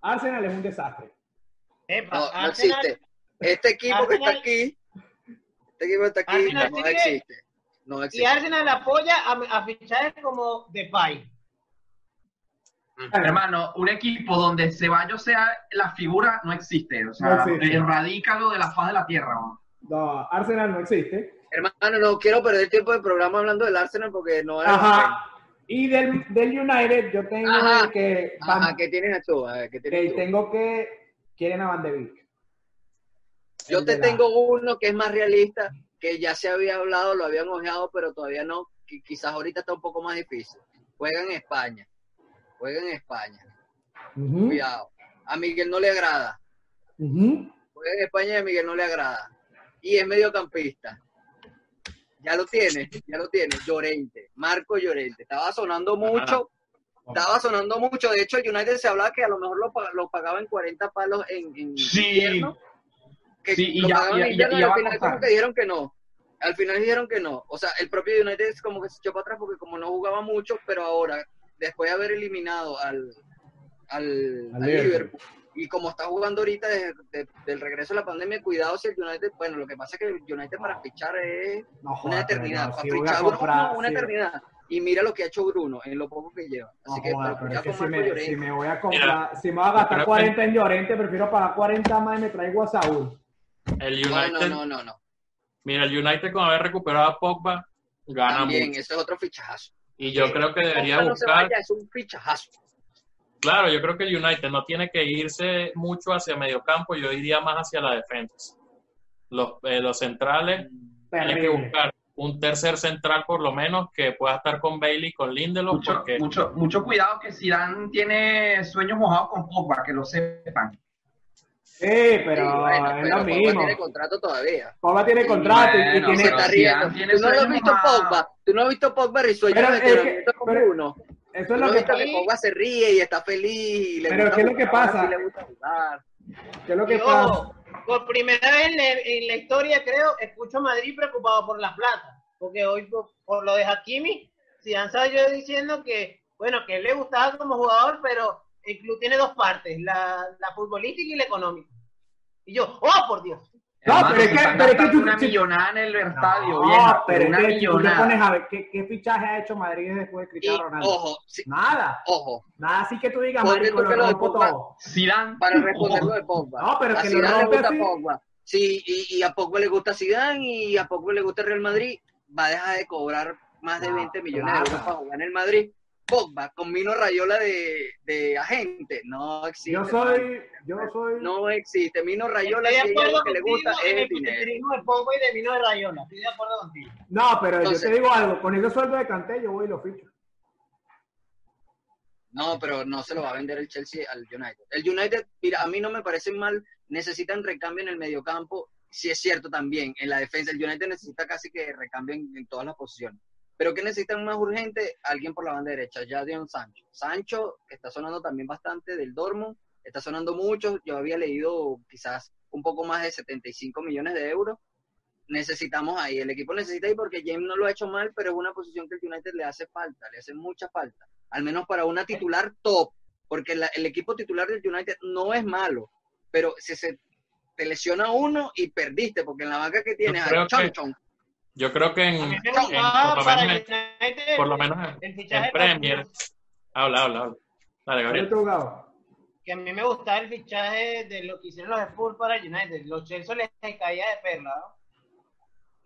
Speaker 1: Arsenal es un desastre.
Speaker 3: Epa,
Speaker 2: No, no
Speaker 3: Eh, Arsenal-
Speaker 2: existe. Este equipo que está
Speaker 3: Arsenal-
Speaker 2: aquí, este equipo que está aquí,
Speaker 3: Arsenal
Speaker 2: no
Speaker 3: sigue-
Speaker 2: existe. No
Speaker 3: Y
Speaker 2: existe.
Speaker 3: Arsenal apoya a, a fichajes como Depay.
Speaker 4: Hermano, un equipo donde Ceballos sea la figura no existe. O
Speaker 1: No
Speaker 4: sea,
Speaker 1: existe.
Speaker 4: erradica lo de la faz de la tierra. ¿no?
Speaker 1: No, Arsenal no existe.
Speaker 2: Hermano, no quiero perder tiempo de programa hablando del Arsenal porque no es.
Speaker 1: Ajá. Y del, del United yo tengo
Speaker 2: Ajá.
Speaker 1: que...
Speaker 2: Ajá, ¿qué tienes tú? A ver, ¿qué tienes
Speaker 1: que
Speaker 2: tú?
Speaker 1: tengo que... Quieren a Van de Beek.
Speaker 2: Yo
Speaker 1: El
Speaker 2: te
Speaker 1: de la-
Speaker 2: tengo uno que es más realista, que ya se había hablado, lo habían ojeado, pero todavía no. Qui- Quizás ahorita está un poco más difícil. Juega en España. Juega en España.
Speaker 1: Ujú,
Speaker 2: Cuidado. A Miguel no le agrada.
Speaker 1: ujú.
Speaker 2: Juega Pues en España y a Miguel no le agrada. Y es mediocampista. Ya lo tiene, ya lo tiene. Llorente, Marco Llorente. Estaba sonando mucho. Estaba sonando mucho. De hecho, el United se hablaba que a lo mejor lo, pa- lo pagaba en 40 palos en, en invierno. Que
Speaker 4: Sí, y
Speaker 2: lo
Speaker 4: ya-
Speaker 2: pagaban
Speaker 4: ya-
Speaker 2: en
Speaker 4: ya-
Speaker 2: invierno y
Speaker 4: ya
Speaker 2: al
Speaker 4: va a
Speaker 2: final
Speaker 4: costar.
Speaker 2: como que dijeron que no. Al final dijeron que no. O sea, el propio United es como que se echó para atrás porque como no jugaba mucho, pero ahora, después de haber eliminado al, al,
Speaker 1: Al Liverpool.
Speaker 2: al Liverpool, y como está jugando ahorita desde de- del regreso de la pandemia, cuidado si el United, bueno, lo que pasa es que el United para fichar es
Speaker 1: No, joder,
Speaker 2: una eternidad.
Speaker 1: pero
Speaker 2: para
Speaker 1: si voy a
Speaker 2: fichar a Bruno,
Speaker 1: comprar-
Speaker 2: una
Speaker 1: si-
Speaker 2: eternidad. Y mira lo que ha hecho Bruno en lo poco que lleva.
Speaker 1: No
Speaker 2: Así que pues,
Speaker 1: joda,
Speaker 2: para
Speaker 1: pero es
Speaker 2: fichar
Speaker 1: que
Speaker 2: con
Speaker 1: si
Speaker 2: Marco
Speaker 1: me,
Speaker 2: Llorente.
Speaker 1: si me voy a comprar,
Speaker 5: Mira,
Speaker 1: si me voy a
Speaker 5: creo
Speaker 1: gastar
Speaker 5: que-
Speaker 1: 40 en Llorente, prefiero pagar 40 más y me traigo a Saúl.
Speaker 5: El
Speaker 2: No, no,
Speaker 5: United,
Speaker 2: no, no, no.
Speaker 5: mira, el United con haber recuperado a Pogba gana
Speaker 2: También,
Speaker 5: mucho.
Speaker 2: ese es otro fichajazo.
Speaker 5: Y yo creo que debería
Speaker 2: Ojalá no se
Speaker 5: buscar,
Speaker 2: vaya, es un fichajazo.
Speaker 5: claro, yo creo que el United no tiene que irse mucho hacia mediocampo, yo iría más hacia la defensa. Los, eh, los centrales, tienen que
Speaker 1: Terrible.
Speaker 5: buscar un tercer central por lo menos que pueda estar con Bailey, con Lindelof,
Speaker 4: Mucho,
Speaker 5: porque
Speaker 4: mucho, mucho cuidado que Zidane tiene sueños mojados con Pogba, que lo sepan.
Speaker 1: pero
Speaker 2: bueno,
Speaker 1: es
Speaker 2: pero
Speaker 1: lo
Speaker 2: Pogba
Speaker 1: mismo.
Speaker 2: tiene contrato todavía.
Speaker 1: Pogba tiene contrato y- y,
Speaker 4: Bueno,
Speaker 2: Y se
Speaker 1: tiene.
Speaker 4: pero
Speaker 2: está
Speaker 4: si
Speaker 2: riendo.
Speaker 4: alguien
Speaker 2: Tú no lo has
Speaker 4: tiene
Speaker 2: visto
Speaker 4: más-
Speaker 2: Pogba. Tú no has visto Pogba risueño
Speaker 1: Pero
Speaker 2: en
Speaker 1: es que-
Speaker 2: entrenamiento con
Speaker 1: pero-
Speaker 2: Bruno.
Speaker 1: Eso
Speaker 2: Tú
Speaker 1: es
Speaker 2: no
Speaker 1: lo
Speaker 2: has
Speaker 1: que
Speaker 2: visto que Pogba se ríe y está feliz. Y le
Speaker 1: Pero
Speaker 2: gusta
Speaker 1: ¿qué es lo que
Speaker 2: jugar,
Speaker 1: pasa?
Speaker 2: y le gusta jugar.
Speaker 1: ¿qué es lo que
Speaker 3: Y
Speaker 1: pasa.
Speaker 3: ojo, por primera vez en la, en la historia, creo, escucho a Madrid preocupado por la plata. Porque hoy, por, por lo de Hakimi, si han salido diciendo que, bueno, que él le gustaba como jugador, pero el club tiene dos partes, la, la futbolística y la económica. Y yo, ¡oh, por Dios!
Speaker 1: No,
Speaker 4: Hermano,
Speaker 1: pero es
Speaker 4: si
Speaker 1: que-
Speaker 4: están
Speaker 1: pero es que
Speaker 4: gastando
Speaker 1: tú-
Speaker 4: una
Speaker 1: si-
Speaker 4: millonada en el estadio,
Speaker 1: No,
Speaker 4: vieja,
Speaker 1: pero
Speaker 4: una
Speaker 1: es que tú te
Speaker 4: millonada.
Speaker 1: pones a ver ¿qué, qué fichaje ha hecho Madrid después de
Speaker 2: Y,
Speaker 1: Cristiano Ronaldo.
Speaker 2: ojo, sí,
Speaker 1: Nada,
Speaker 2: ojo,
Speaker 1: nada así que tú digas,
Speaker 2: Ponle
Speaker 1: marico,
Speaker 2: tú que lo
Speaker 1: lo
Speaker 2: de
Speaker 1: rompo
Speaker 2: Pogba-
Speaker 1: todo.
Speaker 4: Zidane.
Speaker 2: para responderlo de Pogba.
Speaker 1: No, pero
Speaker 2: a
Speaker 1: que lo
Speaker 2: Zidane le
Speaker 1: rompe
Speaker 2: gusta
Speaker 1: así.
Speaker 2: Pogba. Sí, y, y a Pogba le gusta Zidane y a Pogba le gusta Real Madrid. Va a dejar de cobrar más de
Speaker 1: No,
Speaker 2: 20 millones
Speaker 1: claro.
Speaker 2: de euros para jugar en el Madrid. Pogba, con Mino Rayola de, de agente. No existe.
Speaker 1: Yo soy, yo soy.
Speaker 2: No existe. Mino Rayola, si
Speaker 3: Estoy de
Speaker 2: hay
Speaker 3: acuerdo
Speaker 2: algo que le gusta
Speaker 3: contigo
Speaker 2: es
Speaker 3: en
Speaker 2: el
Speaker 3: el
Speaker 2: dinero.
Speaker 3: cotidianismo de Pogba y de Vino de Rayola. Estoy de acuerdo contigo.
Speaker 1: No, pero yo
Speaker 2: Entonces-
Speaker 1: te digo algo, con ese sueldo de Canté yo voy y lo ficho.
Speaker 2: No, pero no se lo va a vender el Chelsea al United. El United, mira, a mí no me parece mal, necesitan recambio en el mediocampo, si es cierto también, en la defensa. El United necesita casi que recambien en todas las posiciones. Pero que necesitan más urgente? Alguien por la banda derecha, ya Dion Sancho. Sancho, que está sonando también bastante del Dortmund, está sonando mucho, yo había leído quizás un poco más de 75 millones de euros. Necesitamos ahí, el equipo necesita ahí porque James no lo ha hecho mal, pero es una posición que el United le hace falta, le hace mucha falta al menos para una titular top, porque la- el equipo titular del United no es malo, pero si se te lesiona uno y perdiste, porque en la banca que tienes
Speaker 5: creo
Speaker 2: a
Speaker 5: que-
Speaker 2: Chon Chon,
Speaker 5: Yo creo que
Speaker 3: A
Speaker 5: en,
Speaker 3: mí me
Speaker 5: en-
Speaker 3: gustaba
Speaker 5: por, lo
Speaker 3: para
Speaker 5: menos en,
Speaker 3: el United
Speaker 5: por lo menos en-
Speaker 3: el fichaje de
Speaker 5: en Premier. Habla, habla, habla.
Speaker 1: ¿Dónde
Speaker 5: Dale, Gabriel.
Speaker 1: tú, Gabo?
Speaker 3: que a mí me gustaba el fichaje de lo que hicieron los Spurs para el United. Los Chelsea les caía de perla, ¿no?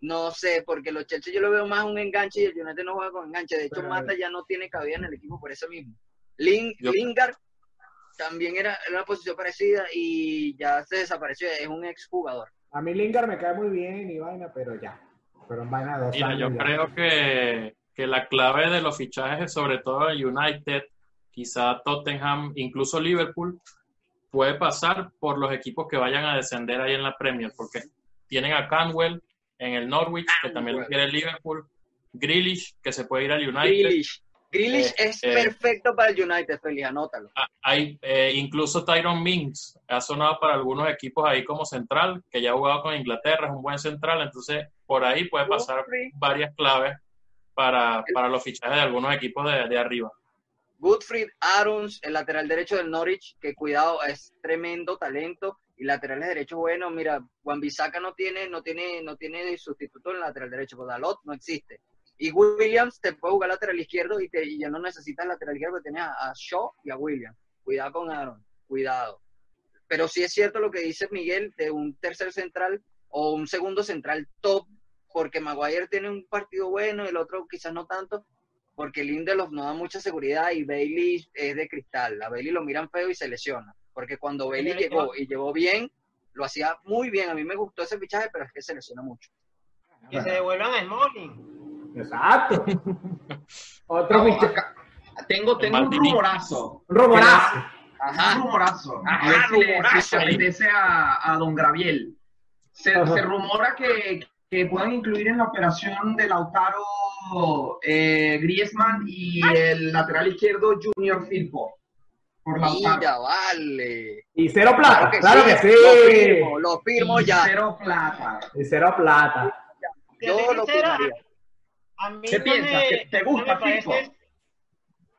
Speaker 2: no sé, porque los Chelsea yo lo veo más un enganche y el United no juega con enganche. De hecho,
Speaker 1: Pero-
Speaker 2: Mata ya no tiene cabida en el equipo por eso mismo. Lin-
Speaker 5: eh. Yo-
Speaker 2: Lingard también era, era una posición parecida y ya se desapareció, es un exjugador.
Speaker 1: A mí Lingard me cae muy bien y vaina, pero ya. Pero en vaina de dos
Speaker 5: Mira,
Speaker 1: años
Speaker 5: yo
Speaker 1: ya.
Speaker 5: creo que, que la clave de los fichajes, sobre todo de United, quizá Tottenham, incluso Liverpool, puede pasar por los equipos que vayan a descender ahí en la Premier, porque tienen a Canwell en el Norwich, que también lo quiere Liverpool, Grealish, que se puede ir al United,
Speaker 2: Grealish. Grealish
Speaker 5: Eh,
Speaker 2: es
Speaker 5: eh.
Speaker 2: perfecto para el United, Feli, anótalo.
Speaker 5: Ah, Hay, eh, incluso Tyron Mings ha sonado para algunos equipos ahí como central, que ya ha jugado con Inglaterra, es un buen central, entonces por ahí puede
Speaker 2: Oh.
Speaker 5: pasar
Speaker 2: Godfrey.
Speaker 5: varias claves para, para los fichajes de algunos equipos de, de arriba.
Speaker 2: Goodfried Arons, el lateral derecho del Norwich, que cuidado, es tremendo talento y laterales derechos bueno, mira, Juan Bisaca no tiene, no tiene, no tiene sustituto en lateral derecho, porque Dalot no existe. Y Williams te puede jugar lateral izquierdo y, te, y ya no necesitas lateral izquierdo porque tienes a, a Shaw y a Williams. Cuidado con Aaron, cuidado. Pero sí es cierto lo que dice Miguel de un tercer central o un segundo central top, porque Maguire tiene un partido bueno, el otro quizás no tanto, porque Lindelof no da mucha seguridad y Bailey es de cristal. A Bailey lo miran feo y se lesiona. Porque cuando Bailey
Speaker 3: Pero yo-
Speaker 2: llegó y llegó bien, lo hacía muy bien. A mí me gustó ese fichaje, pero es que se lesiona mucho.
Speaker 3: Que se devuelvan a Smalling.
Speaker 1: Exacto. Otro
Speaker 4: No,
Speaker 1: fichaje.
Speaker 4: acá- tengo tengo un
Speaker 5: Maldini.
Speaker 4: rumorazo.
Speaker 1: Rumorazo.
Speaker 4: Un
Speaker 2: Ajá.
Speaker 4: rumorazo.
Speaker 5: Ajá,
Speaker 4: A ver si le-
Speaker 5: rumorazo
Speaker 4: si se
Speaker 5: ahí.
Speaker 4: apetece a, a don Graviel. Se,
Speaker 1: Ajá.
Speaker 4: se rumora que, que puedan incluir en la operación de Lautaro eh, Griezmann y el lateral izquierdo Junior Firpo. Por Lautaro.
Speaker 2: Mira, vale.
Speaker 1: Y cero plata, claro que sí.
Speaker 2: Lo firmo, lo firmo
Speaker 4: Y
Speaker 2: ya.
Speaker 4: Cero plata.
Speaker 1: Y cero plata.
Speaker 3: Te
Speaker 2: Yo
Speaker 3: soy
Speaker 2: lo
Speaker 3: sincera,
Speaker 2: firmaría.
Speaker 3: A mí
Speaker 4: ¿Qué
Speaker 3: no
Speaker 4: piensas?
Speaker 3: me-
Speaker 4: ¿Que te gusta
Speaker 3: no me
Speaker 4: Firpo?
Speaker 3: parece-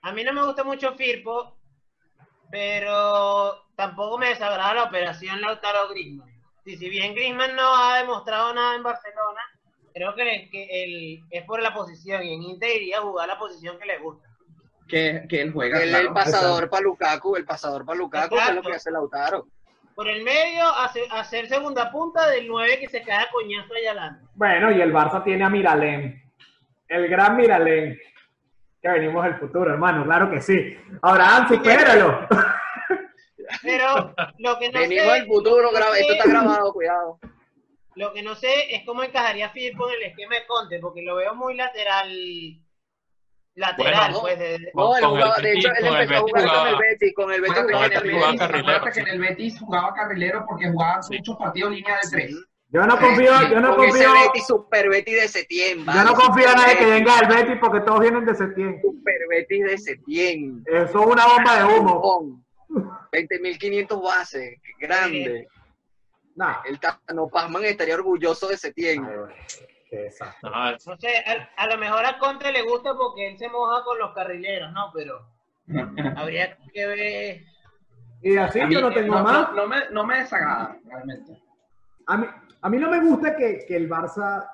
Speaker 3: A mí no me gusta mucho Firpo, pero tampoco me desagrada la operación Lautaro Griezmann. Y si bien Griezmann no ha demostrado nada en Barcelona, creo que, le- que el- es por la posición y en Inter iría a jugar la posición que le gusta.
Speaker 4: Que, que él juega.
Speaker 2: El,
Speaker 4: claro.
Speaker 2: el pasador para Lukaku, el pasador para Lukaku, que es lo que hace Lautaro.
Speaker 3: Por el medio, hace- hacer segunda punta del 9 que se cae a coñazo allá adelante.
Speaker 1: Bueno, y el Barça tiene a Miralem. El gran Miralem. Que venimos del futuro, hermano, claro que sí. Abraham, supéralo.
Speaker 3: Pero lo que no
Speaker 2: Venimos
Speaker 3: sé,
Speaker 2: del futuro,
Speaker 3: no
Speaker 2: graba-
Speaker 3: sé-
Speaker 2: esto está grabado, cuidado.
Speaker 3: Lo que no sé es cómo encajaría Firpo en el esquema de Conte, porque lo veo muy lateral lateral,
Speaker 2: Bueno,
Speaker 3: pues. de-
Speaker 5: Con-
Speaker 2: No, él
Speaker 5: con
Speaker 2: jugaba-
Speaker 5: el
Speaker 2: de hecho,
Speaker 5: Betis-
Speaker 2: él
Speaker 5: con el
Speaker 2: empezó a jugar con el
Speaker 5: Betis jugaba-
Speaker 2: Betis, con el Betis
Speaker 5: Bueno,
Speaker 2: jugaba
Speaker 5: con
Speaker 2: en
Speaker 5: el
Speaker 2: el
Speaker 5: Betis
Speaker 2: Betis.
Speaker 4: Betis,
Speaker 5: jugaba carrilero.
Speaker 4: acuérdate que en el Betis jugaba carrilero porque jugaba
Speaker 5: Sí.
Speaker 4: muchos partidos línea de tres.
Speaker 1: Yo no confío, yo no
Speaker 2: con ese
Speaker 1: confío,
Speaker 2: Betis, super Betis de Setién.
Speaker 1: yo no
Speaker 2: vale,
Speaker 1: confío en
Speaker 2: super
Speaker 1: nadie que
Speaker 2: Betis,
Speaker 1: venga del Betis porque todos vienen de Setién.
Speaker 2: Super Betis de Setién.
Speaker 1: Eso es una bomba Ah, de
Speaker 4: Oh,
Speaker 1: humo.
Speaker 2: Con 20.500 bases, grande.
Speaker 1: Nah.
Speaker 2: El Tano Pazman estaría orgulloso de Setién.
Speaker 1: Ay, bueno, qué desastre.
Speaker 5: No, eso-
Speaker 3: No sé, a, a lo mejor a Conte le gusta porque él se moja con los carrileros, ¿no? Pero
Speaker 4: *laughs*
Speaker 3: habría que ver.
Speaker 1: Y así
Speaker 4: A mí,
Speaker 1: yo no
Speaker 4: eh,
Speaker 1: tengo más.
Speaker 4: No, me, no me desagrada, realmente.
Speaker 1: A mí, a mí no me gusta que, que el Barça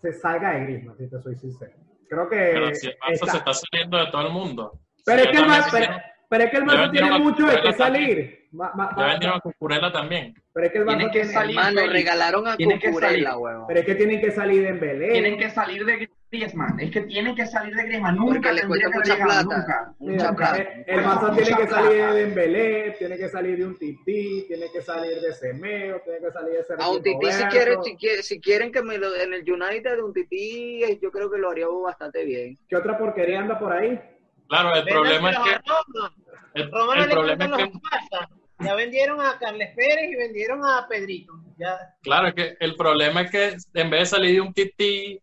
Speaker 1: se salga de Griezmann, si te soy sincero. Creo que.
Speaker 5: pero si el Barça
Speaker 1: está-
Speaker 5: se está saliendo de todo el mundo.
Speaker 1: Eh, Pero es
Speaker 5: Si ya
Speaker 1: que el
Speaker 5: también
Speaker 1: Barça,
Speaker 5: se
Speaker 1: pero,
Speaker 5: hicieron-
Speaker 1: pero es que el
Speaker 5: Ya
Speaker 1: Barça
Speaker 5: vendieron
Speaker 1: tiene
Speaker 5: a
Speaker 1: mucho de qué
Speaker 5: Cucurella también.
Speaker 1: salir. Ma- ma-
Speaker 5: Ya
Speaker 1: ma-
Speaker 5: vendieron a Cucurella también.
Speaker 1: pero es que el Barça
Speaker 4: Tienen que
Speaker 1: tiene-
Speaker 4: salir.
Speaker 2: Hermano,
Speaker 4: Félix.
Speaker 2: regalaron a
Speaker 4: Tienen que salir.
Speaker 2: Cucurella, huevón.
Speaker 1: Pero es que tienen que salir de Embelé.
Speaker 4: Tienen que salir de Griezmann. Es que tienen que salir de Griezmann. Nunca
Speaker 2: Porque le
Speaker 4: tendría
Speaker 2: cuesta
Speaker 4: que
Speaker 2: mucha
Speaker 4: haber llegado,
Speaker 2: plata.
Speaker 4: nunca.
Speaker 1: Mira,
Speaker 2: Mucha plata.
Speaker 1: el, el Barça
Speaker 4: Mucha
Speaker 1: tiene que
Speaker 4: plata.
Speaker 1: salir de Dembélé, tiene que salir de un Tití, tiene que salir de Semeo, tiene que salir de Sergio
Speaker 2: A un tití, si
Speaker 1: Roberto.
Speaker 2: quieren, si quieren, si quieren que me lo en el United, un tití, eh, yo creo que lo haría bastante bien.
Speaker 1: ¿Qué otra porquería anda por ahí?
Speaker 5: Claro, el problema es
Speaker 3: Véndanselos
Speaker 5: que.
Speaker 3: a Roma.
Speaker 5: El,
Speaker 3: Roma no
Speaker 5: el
Speaker 3: le
Speaker 5: problema
Speaker 3: encantan
Speaker 5: es que
Speaker 3: los Barça. Ya vendieron a Carles Pérez y vendieron a Pedrito. Ya.
Speaker 5: Claro, es que el problema es que en vez de salir de un tití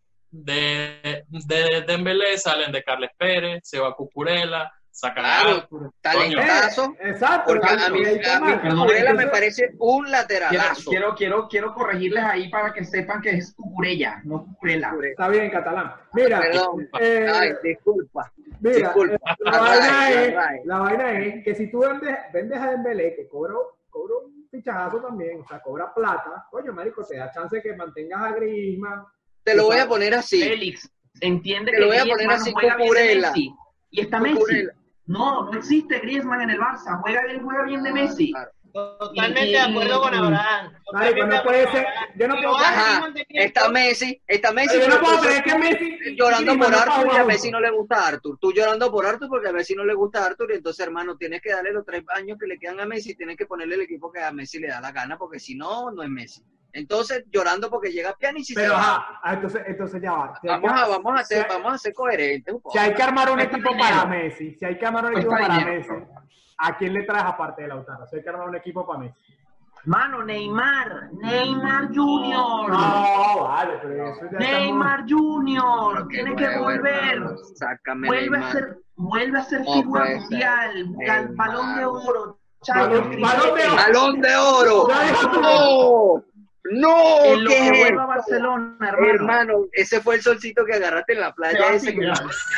Speaker 5: de, de Dembélé, salen de Carles Pérez, se va a Cucurella, sacan a
Speaker 2: Claro,
Speaker 5: Arthur.
Speaker 2: talento.
Speaker 5: Coño,
Speaker 2: Caso,
Speaker 1: Eh, exacto.
Speaker 2: Ah, Porque a
Speaker 1: ahí
Speaker 2: mí,
Speaker 1: está
Speaker 2: a mí
Speaker 1: mal.
Speaker 2: Cucurella me
Speaker 1: Entonces,
Speaker 2: parece un
Speaker 4: Quiero,
Speaker 2: lateralazo.
Speaker 4: quiero, quiero, quiero corregirles ahí para que sepan que es Cucurella, no Cucurella.
Speaker 1: Está bien, catalán. Mira,
Speaker 2: Perdón.
Speaker 1: eh,
Speaker 2: Ay, disculpa.
Speaker 1: mira,
Speaker 2: disculpa.
Speaker 1: eh, la,
Speaker 2: Array,
Speaker 1: vaina es,
Speaker 2: array.
Speaker 1: la vaina es que si tú vendes, vendes a Dembélé, que cobro, cobro un fichajazo también, o sea, cobra plata, coño, marico, te da chance que mantengas a Griezmann.
Speaker 2: Te lo voy a poner así.
Speaker 4: Félix, entiende
Speaker 2: Te
Speaker 4: que
Speaker 2: lo voy a
Speaker 4: Griezmann
Speaker 2: poner así,
Speaker 4: juega bien de
Speaker 2: Cucurella.
Speaker 4: Messi. Y está Messi.
Speaker 2: Cucurella.
Speaker 4: No, no existe Griezmann en el Barça. Juega bien, juega bien de Messi.
Speaker 2: Ah, Claro.
Speaker 3: Totalmente de acuerdo con Abraham.
Speaker 1: Marico,
Speaker 3: Totalmente
Speaker 1: no
Speaker 3: de
Speaker 1: puede
Speaker 3: acuerdo
Speaker 1: ser-
Speaker 3: con Abraham.
Speaker 1: yo no
Speaker 3: Pero
Speaker 1: puedo-
Speaker 3: ahora
Speaker 2: Ajá,
Speaker 3: mismo te quiero-
Speaker 2: Está Messi, está Messi.
Speaker 1: Yo no
Speaker 2: pero
Speaker 1: puedo
Speaker 2: tú
Speaker 1: creer que Messi...
Speaker 2: Llorando por
Speaker 1: Griezmann no
Speaker 2: Arthur porque a
Speaker 1: paga
Speaker 2: Messi no le gusta a Arthur. Tú llorando por Arthur porque a Messi no le gusta a Arthur. Y entonces, hermano, tienes que darle los tres años que le quedan a Messi. Tienes que ponerle el equipo que a Messi le da la gana porque si no, no es Messi. Entonces, llorando porque llega Pjanic y se
Speaker 1: Pero
Speaker 2: va.
Speaker 1: ajá, ah, entonces, entonces ya va. Si hay
Speaker 2: Vamos
Speaker 1: que-
Speaker 2: a, vamos a ser,
Speaker 1: si hay-
Speaker 2: vamos a ser coherentes un poco.
Speaker 1: Si hay que armar un
Speaker 4: Cuesta
Speaker 1: equipo
Speaker 4: dinero.
Speaker 1: para Messi, si hay que armar un equipo
Speaker 4: Cuesta
Speaker 1: para Messi,
Speaker 4: dinero.
Speaker 1: ¿a quién le traes aparte de Lautaro? Si hay que armar un equipo para Messi.
Speaker 4: Mano, Neymar. Neymar
Speaker 2: Mm.
Speaker 4: Junior.
Speaker 1: No, vale, pero eso Ah, ya estamos...
Speaker 4: Neymar Junior.
Speaker 2: Pero qué
Speaker 4: Tiene que
Speaker 2: huevo,
Speaker 4: volver.
Speaker 2: hermano. Sácame
Speaker 4: Vuelve a
Speaker 2: Neymar.
Speaker 4: ser, vuelve a ser
Speaker 2: No
Speaker 4: figura
Speaker 2: puede ser.
Speaker 4: mundial. Gal-
Speaker 2: Neymar.
Speaker 4: Balón de oro.
Speaker 1: Balón-
Speaker 4: Champions,
Speaker 1: balón de oro.
Speaker 2: Balón de oro.
Speaker 1: Ya dijo tu-
Speaker 2: No, no,
Speaker 4: En lo
Speaker 2: ¿qué
Speaker 4: que
Speaker 2: es
Speaker 4: vuelva a
Speaker 2: esto?
Speaker 4: Barcelona, hermano.
Speaker 2: Hermano, ese fue el solcito que agarraste en la
Speaker 4: Se
Speaker 2: playa,
Speaker 4: va
Speaker 2: ese que,
Speaker 4: sin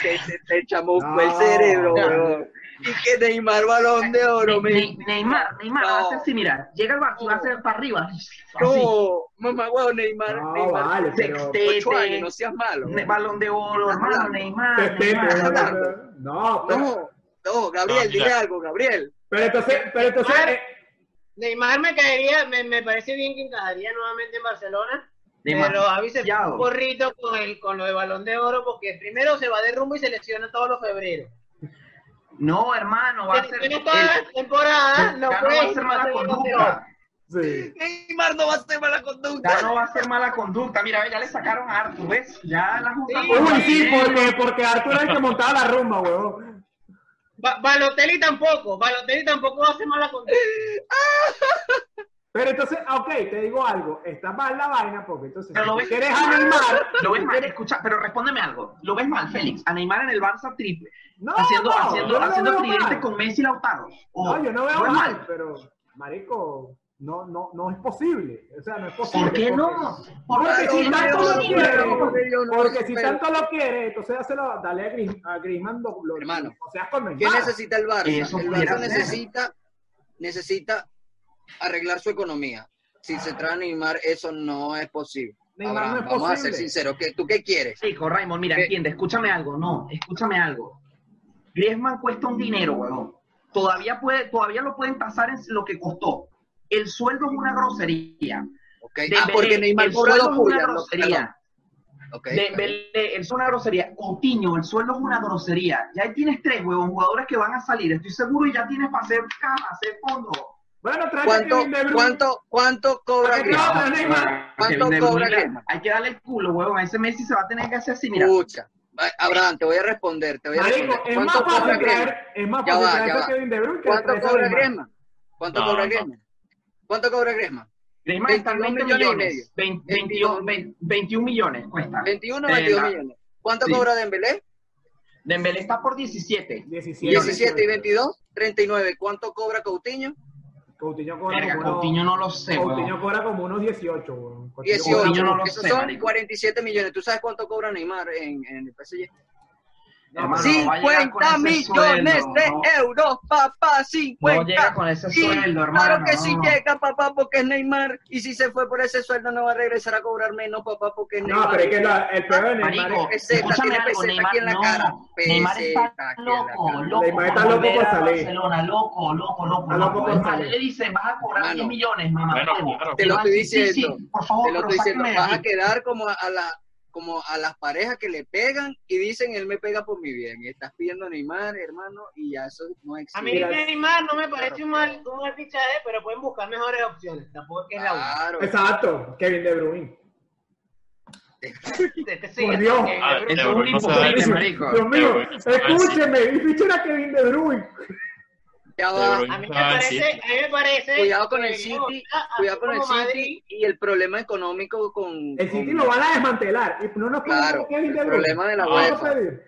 Speaker 2: que se te chamuscó
Speaker 1: Ah, No.
Speaker 2: el cerebro, weón. Y que Neymar balón de oro,
Speaker 4: Ne-
Speaker 2: me
Speaker 4: Ne- Neymar, Neymar, va a ser así, mira, llega el Barça y va a ser para arriba. Así.
Speaker 2: No, mamá, weón, Neymar,
Speaker 1: No,
Speaker 2: Neymar,
Speaker 1: vale, pero-
Speaker 2: sextete. ocho años, no seas malo.
Speaker 4: Ne- Balón de oro, hermano, Neymar,
Speaker 1: Tete,
Speaker 4: Neymar.
Speaker 1: pero-
Speaker 2: Neymar.
Speaker 1: pero- No, pero,
Speaker 2: No, no, Gabriel,
Speaker 5: No, mira.
Speaker 2: dile algo, Gabriel.
Speaker 1: pero entonces, pero entonces, eh,
Speaker 3: Neymar me caería, me, me parece bien que encajaría nuevamente en Barcelona.
Speaker 4: Neymar.
Speaker 3: Pero avise
Speaker 4: Yao.
Speaker 3: un porrito con, el, con lo de balón de oro, porque primero se va de rumbo y se lesiona todos los febreros.
Speaker 4: No, hermano, va a ser.
Speaker 3: Se lesiona toda
Speaker 4: el-
Speaker 3: la temporada,
Speaker 4: ya
Speaker 3: Ah, no
Speaker 4: no va
Speaker 3: puede
Speaker 4: a
Speaker 3: ir
Speaker 4: ser
Speaker 3: a
Speaker 4: mala
Speaker 3: hacer balón de oro.
Speaker 4: conducta.
Speaker 1: sí.
Speaker 2: Neymar no va a ser mala conducta.
Speaker 4: Ya no va a ser mala conducta. Mira, ve, ya le sacaron a Arthur, ¿ves? Ya la junta.
Speaker 3: Sí.
Speaker 1: Uy, sí, porque, porque Arturo es el
Speaker 2: *laughs*
Speaker 1: que montaba la rumba, huevón.
Speaker 3: Ba- Balotelli tampoco, Balotelli tampoco va a hacer mala conducta.
Speaker 1: Pero entonces, ah, ok, te digo algo, está mal la vaina, porque entonces,
Speaker 4: Pero lo
Speaker 1: si
Speaker 4: ves-
Speaker 1: tú quieres a Neymar,
Speaker 4: Lo ves mal, escucha, pero respóndeme algo. Lo ves mal, Félix. A Neymar en el Barça triple.
Speaker 1: no,
Speaker 4: haciendo,
Speaker 1: no, yo
Speaker 4: haciendo,
Speaker 1: no lo
Speaker 4: haciendo
Speaker 1: veo
Speaker 4: tridente
Speaker 1: mal.
Speaker 4: con Messi y Lautaro. O-
Speaker 1: No, yo no veo
Speaker 4: es
Speaker 1: mal, pero marico, no, no, no es posible. O sea, no es posible.
Speaker 4: ¿Por qué
Speaker 1: porque-
Speaker 4: no?
Speaker 1: Porque
Speaker 4: Porque
Speaker 1: si
Speaker 4: si
Speaker 1: tanto
Speaker 4: no,
Speaker 1: lo
Speaker 4: no,
Speaker 1: quiere,
Speaker 4: no, no,
Speaker 1: porque si tanto lo quiere, entonces dáselo, dale a, Gris, a Griezmann lo, lo-
Speaker 2: Hermano,
Speaker 1: o sea, con
Speaker 2: ¿Qué
Speaker 1: Neymar.
Speaker 2: necesita el Barça?
Speaker 4: Eso
Speaker 2: el
Speaker 4: pudiera
Speaker 2: Barça
Speaker 4: ser.
Speaker 2: necesita, necesita arreglar su economía. Si se trae a Neymar, eso no es posible.
Speaker 1: Neymar
Speaker 2: Abraham,
Speaker 1: no es
Speaker 2: vamos a
Speaker 1: posible.
Speaker 2: ser sinceros. ¿qué, ¿Tú qué quieres?
Speaker 4: Chico, Raymond, mira,
Speaker 2: Eh.
Speaker 4: entiende, escúchame algo, no, escúchame algo. Griezmann cuesta un dinero, huevón. Todavía puede, todavía lo pueden tasar en lo que costó. El sueldo es una grosería.
Speaker 2: ¿ok? Ah, porque
Speaker 4: Dembélé,
Speaker 2: Neymar
Speaker 4: el
Speaker 2: cobra
Speaker 4: sueldo
Speaker 2: dos
Speaker 4: es una
Speaker 2: pulgas. no, perdón,
Speaker 4: grosería.
Speaker 2: ok,
Speaker 4: Dembélé, el sueldo es una grosería. Coutinho, el sueldo es una grosería. Ya ahí tienes tres, huevón, jugadores que van a salir. Estoy seguro y ya tienes para hacer cama, hacer fondo.
Speaker 1: Bueno, trae a
Speaker 2: ¿Cuánto,
Speaker 1: Kevin De Bruyne.
Speaker 2: cuánto, cuánto cobra
Speaker 1: Porque
Speaker 2: Griezmann?
Speaker 1: no, no, Neymar.
Speaker 4: Kevin De
Speaker 2: ¿Cuánto cobra
Speaker 4: Bruyne,
Speaker 2: Griezmann?
Speaker 4: Hay que darle el culo, huevón. A ese Messi se va a tener que hacer así, mira.
Speaker 2: Escucha, Abraham, te voy a responder, te voy a
Speaker 1: Marico,
Speaker 2: responder.
Speaker 1: es más
Speaker 2: ¿Cuánto cobra
Speaker 1: fácil
Speaker 2: Griezmann?
Speaker 1: traer, es más
Speaker 2: Ya
Speaker 1: fácil
Speaker 2: va,
Speaker 1: traer
Speaker 2: ya
Speaker 1: a
Speaker 2: va.
Speaker 1: Kevin De Bruyne que
Speaker 2: ¿Cuánto
Speaker 1: traer a
Speaker 2: cobra
Speaker 1: Griezmann.
Speaker 2: Griezmann? ¿Cuánto
Speaker 5: No,
Speaker 2: cobra
Speaker 5: no.
Speaker 2: Griezmann? ¿Cuánto cobra Griezmann?
Speaker 4: Griezmann está en
Speaker 2: 21
Speaker 4: 20
Speaker 2: millones y
Speaker 4: millones. Vein-
Speaker 2: 22
Speaker 4: 22, vein- 21 millones cuesta.
Speaker 2: 21 o
Speaker 4: Eh,
Speaker 2: 22
Speaker 4: la-
Speaker 2: millones. ¿Cuánto
Speaker 4: sí.
Speaker 2: cobra Dembélé?
Speaker 4: Dembélé está por 17.
Speaker 1: 17,
Speaker 2: 17 y 22, 39. ¿Cuánto cobra Coutinho?
Speaker 1: Coutinho cobra,
Speaker 4: Verga,
Speaker 1: como, unos-
Speaker 4: Coutinho no lo sé, weón.
Speaker 1: Coutinho cobra como unos 18. weón. Coutinho cobra
Speaker 2: 18.
Speaker 4: no lo
Speaker 2: Esos
Speaker 4: sé,
Speaker 2: son
Speaker 4: marico.
Speaker 2: 47 millones. ¿Tú sabes cuánto cobra Neymar en, en el PSG?
Speaker 4: Hermano, no va a llegar con
Speaker 2: 50
Speaker 4: ese
Speaker 2: millones
Speaker 4: sueldo,
Speaker 2: de
Speaker 4: no.
Speaker 2: euros, papá,
Speaker 4: No
Speaker 2: 50.
Speaker 4: llega con ese
Speaker 2: Sí,
Speaker 4: sueldo, hermano.
Speaker 2: claro que
Speaker 4: no.
Speaker 2: sí llega, papá, porque es Neymar. Y si se fue por ese sueldo, no va a regresar a cobrar menos, papá, porque es
Speaker 1: No,
Speaker 2: Neymar.
Speaker 1: pero es que la- el peor de Neymar
Speaker 4: Marico,
Speaker 1: es...
Speaker 2: peseta,
Speaker 4: escúchame
Speaker 2: tiene
Speaker 4: algo,
Speaker 2: peseta
Speaker 4: Neymar,
Speaker 2: aquí en la
Speaker 4: no.
Speaker 2: cara.
Speaker 4: Neymar está
Speaker 2: Peseta aquí en la
Speaker 4: loco,
Speaker 2: cara.
Speaker 4: loco.
Speaker 1: Neymar está
Speaker 4: por
Speaker 1: loco
Speaker 4: volver
Speaker 1: por
Speaker 4: a
Speaker 1: salir.
Speaker 4: Barcelona, loco, loco, loco.
Speaker 1: Está loco
Speaker 4: loco.
Speaker 1: por
Speaker 4: Es más,
Speaker 1: salir.
Speaker 4: Le dicen, vas a cobrar
Speaker 2: Mano.
Speaker 4: 10 millones, mamá.
Speaker 5: Bueno,
Speaker 4: huevo.
Speaker 5: claro.
Speaker 4: Y
Speaker 2: Te lo
Speaker 4: van,
Speaker 2: estoy
Speaker 4: sí, sí,
Speaker 2: diciendo.
Speaker 4: sí, por favor,
Speaker 2: Te lo
Speaker 4: pero
Speaker 2: estoy diciendo,
Speaker 4: sáquenme de
Speaker 2: vas a
Speaker 4: aquí.
Speaker 2: quedar como a la como a las parejas que le pegan y dicen él me pega por mi bien. Y Estás pidiendo a Neymar, hermano, y ya eso no existe.
Speaker 3: A mí
Speaker 1: Mira,
Speaker 3: Neymar no me parece un mal, un mal fichaje, pero pueden buscar mejores opciones. Tampoco es que es la única.
Speaker 2: Claro.
Speaker 1: Exacto, Kevin De Bruyne.
Speaker 3: Este sí,
Speaker 1: Por Dios.
Speaker 3: eh,
Speaker 5: A ver,
Speaker 3: pero-
Speaker 4: Es
Speaker 5: De
Speaker 4: un
Speaker 5: Bruyne no se va a
Speaker 4: imposible,
Speaker 5: ir.
Speaker 4: marico.
Speaker 1: Dios mío,
Speaker 5: Bruyne.
Speaker 1: escúcheme, y fichen a Kevin De Bruyne.
Speaker 2: Ya
Speaker 5: De
Speaker 2: va.
Speaker 5: Bruyne ah,
Speaker 3: A mí me
Speaker 5: estaba en
Speaker 3: parece,
Speaker 5: City.
Speaker 3: a mí me parece.
Speaker 2: Cuidado con el
Speaker 3: que
Speaker 2: City,
Speaker 3: deberíamos buscar, así
Speaker 2: Cuidado con el
Speaker 3: como Madrid,
Speaker 2: City y el problema económico con.
Speaker 1: El City
Speaker 2: con-
Speaker 1: lo van a desmantelar y no nos pueden dar
Speaker 2: Claro,
Speaker 1: a Kevin
Speaker 2: el
Speaker 1: De Bruyne.
Speaker 2: problema de la
Speaker 1: No vamos a
Speaker 2: UEFA.
Speaker 1: pedir.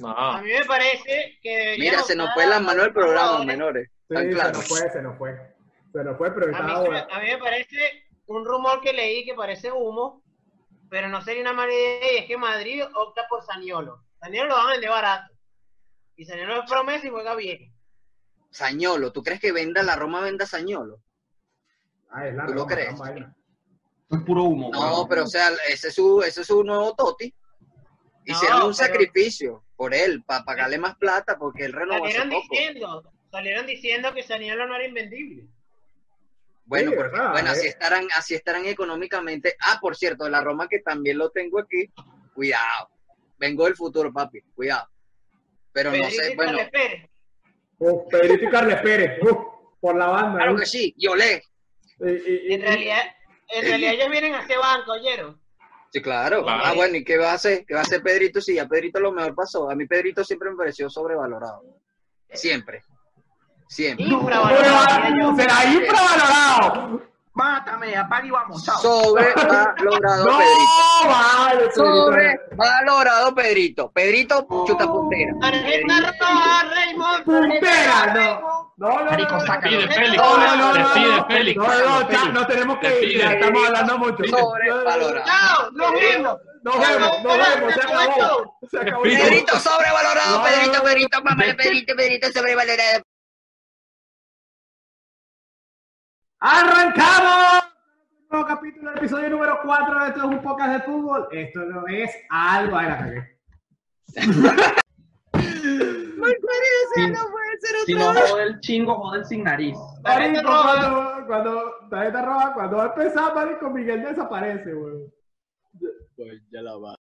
Speaker 5: No.
Speaker 3: A mí me parece que deberíamos
Speaker 2: Mira, se nos
Speaker 3: buscar
Speaker 2: fue
Speaker 3: a-
Speaker 2: las manos del
Speaker 3: a jugadores.
Speaker 2: programa, menores. Tan
Speaker 1: Sí, se
Speaker 2: claro.
Speaker 1: nos fue, se nos fue. Se nos fue, pero
Speaker 3: A mí,
Speaker 1: está
Speaker 3: se me-
Speaker 1: ahora.
Speaker 3: a mí me parece un rumor que leí que parece humo, pero no sería una mala idea y es que Madrid opta por Saniolo. Saniolo lo van a vender barato. Y Saniolo es promesa y juega bien.
Speaker 2: Sañolo, ¿tú crees que venda la Roma venda Sañolo?
Speaker 1: Ah, es la
Speaker 2: ¿Tú lo
Speaker 1: Roma,
Speaker 2: crees?
Speaker 1: la vaina.
Speaker 4: Es puro humo.
Speaker 2: No,
Speaker 4: huevo.
Speaker 2: pero o sea, ese es su, ese es su nuevo Toti. Hicieron
Speaker 3: No,
Speaker 2: un
Speaker 3: pero-
Speaker 2: sacrificio por él, para pagarle más plata, porque él renovó hace
Speaker 3: Salieron
Speaker 2: poco.
Speaker 3: diciendo, salieron diciendo que Saniolo no era invendible.
Speaker 2: Bueno,
Speaker 1: Sí,
Speaker 2: porque-
Speaker 1: verdad,
Speaker 2: bueno,
Speaker 1: eh.
Speaker 2: así estarán, así estarán económicamente. Ah, por cierto, la Roma que también lo tengo aquí. Cuidado. Vengo del futuro, papi. Cuidado. Pero no
Speaker 3: Pedrito
Speaker 2: sé,
Speaker 3: y
Speaker 2: bueno.
Speaker 3: Carles Pérez.
Speaker 1: Uh, Pedrito y Carles Pérez, uh, por la banda. Eh,
Speaker 2: Claro
Speaker 1: uh.
Speaker 2: que sí, yo le.
Speaker 1: Y- y- y-
Speaker 3: En realidad, en realidad ellos vienen a ese banco, ¿oyeron?
Speaker 2: Sí, claro.
Speaker 5: Claro.
Speaker 2: Ah, bueno, ¿y qué va a hacer? ¿Qué va a hacer Pedrito? Sí, a Pedrito lo mejor pasó. A mí Pedrito siempre me pareció sobrevalorado. Siempre. Siempre.
Speaker 1: eh.
Speaker 3: Infravalorado, diría yo.
Speaker 1: Prueba- Será infravalorado.
Speaker 4: Mátame, apaga y vamos, chao.
Speaker 2: Sobrevalorado,
Speaker 1: No,
Speaker 2: Pedrito.
Speaker 1: vale, Pedrito.
Speaker 2: Sobrevalorado, Pedrito. Pedrito, chuta puntera.
Speaker 3: Tarjeta roja, Raymond.
Speaker 1: Puntera,
Speaker 3: tarjeta roja,
Speaker 1: no. No, no, no,
Speaker 4: Marico,
Speaker 1: no, no.
Speaker 4: sácalo.
Speaker 5: Despide, Félix.
Speaker 1: No, no, no, no.
Speaker 5: Despide, Félix.
Speaker 1: No, no, no, ya,
Speaker 5: Félix.
Speaker 1: nos tenemos que ir, ya
Speaker 5: Despide.
Speaker 1: estamos hablando mucho.
Speaker 2: Sobrevalorado.
Speaker 3: Chao, nos vemos.
Speaker 1: Nos vemos, nos vemos, se acabó. Se acabó.
Speaker 5: Despide.
Speaker 2: Pedrito sobrevalorado,
Speaker 1: No, no,
Speaker 2: Pedrito,
Speaker 1: no.
Speaker 2: Pedrito, mamá, Pedrito, Pedrito sobrevalorado.
Speaker 1: ¡Arrancamos! Nuevo capítulo, episodio número 4 de Esto es un podcast de fútbol. Esto no es algo. Ay, la cagué.
Speaker 4: Si, si no jode el chingo, jode el sin nariz.
Speaker 3: Tarjeta
Speaker 1: Marico,
Speaker 3: roja.
Speaker 1: cuando, cuando, tarjeta roja, cuando va a empezar, Marico, Miguel desaparece, weón.
Speaker 2: pues, ya la va.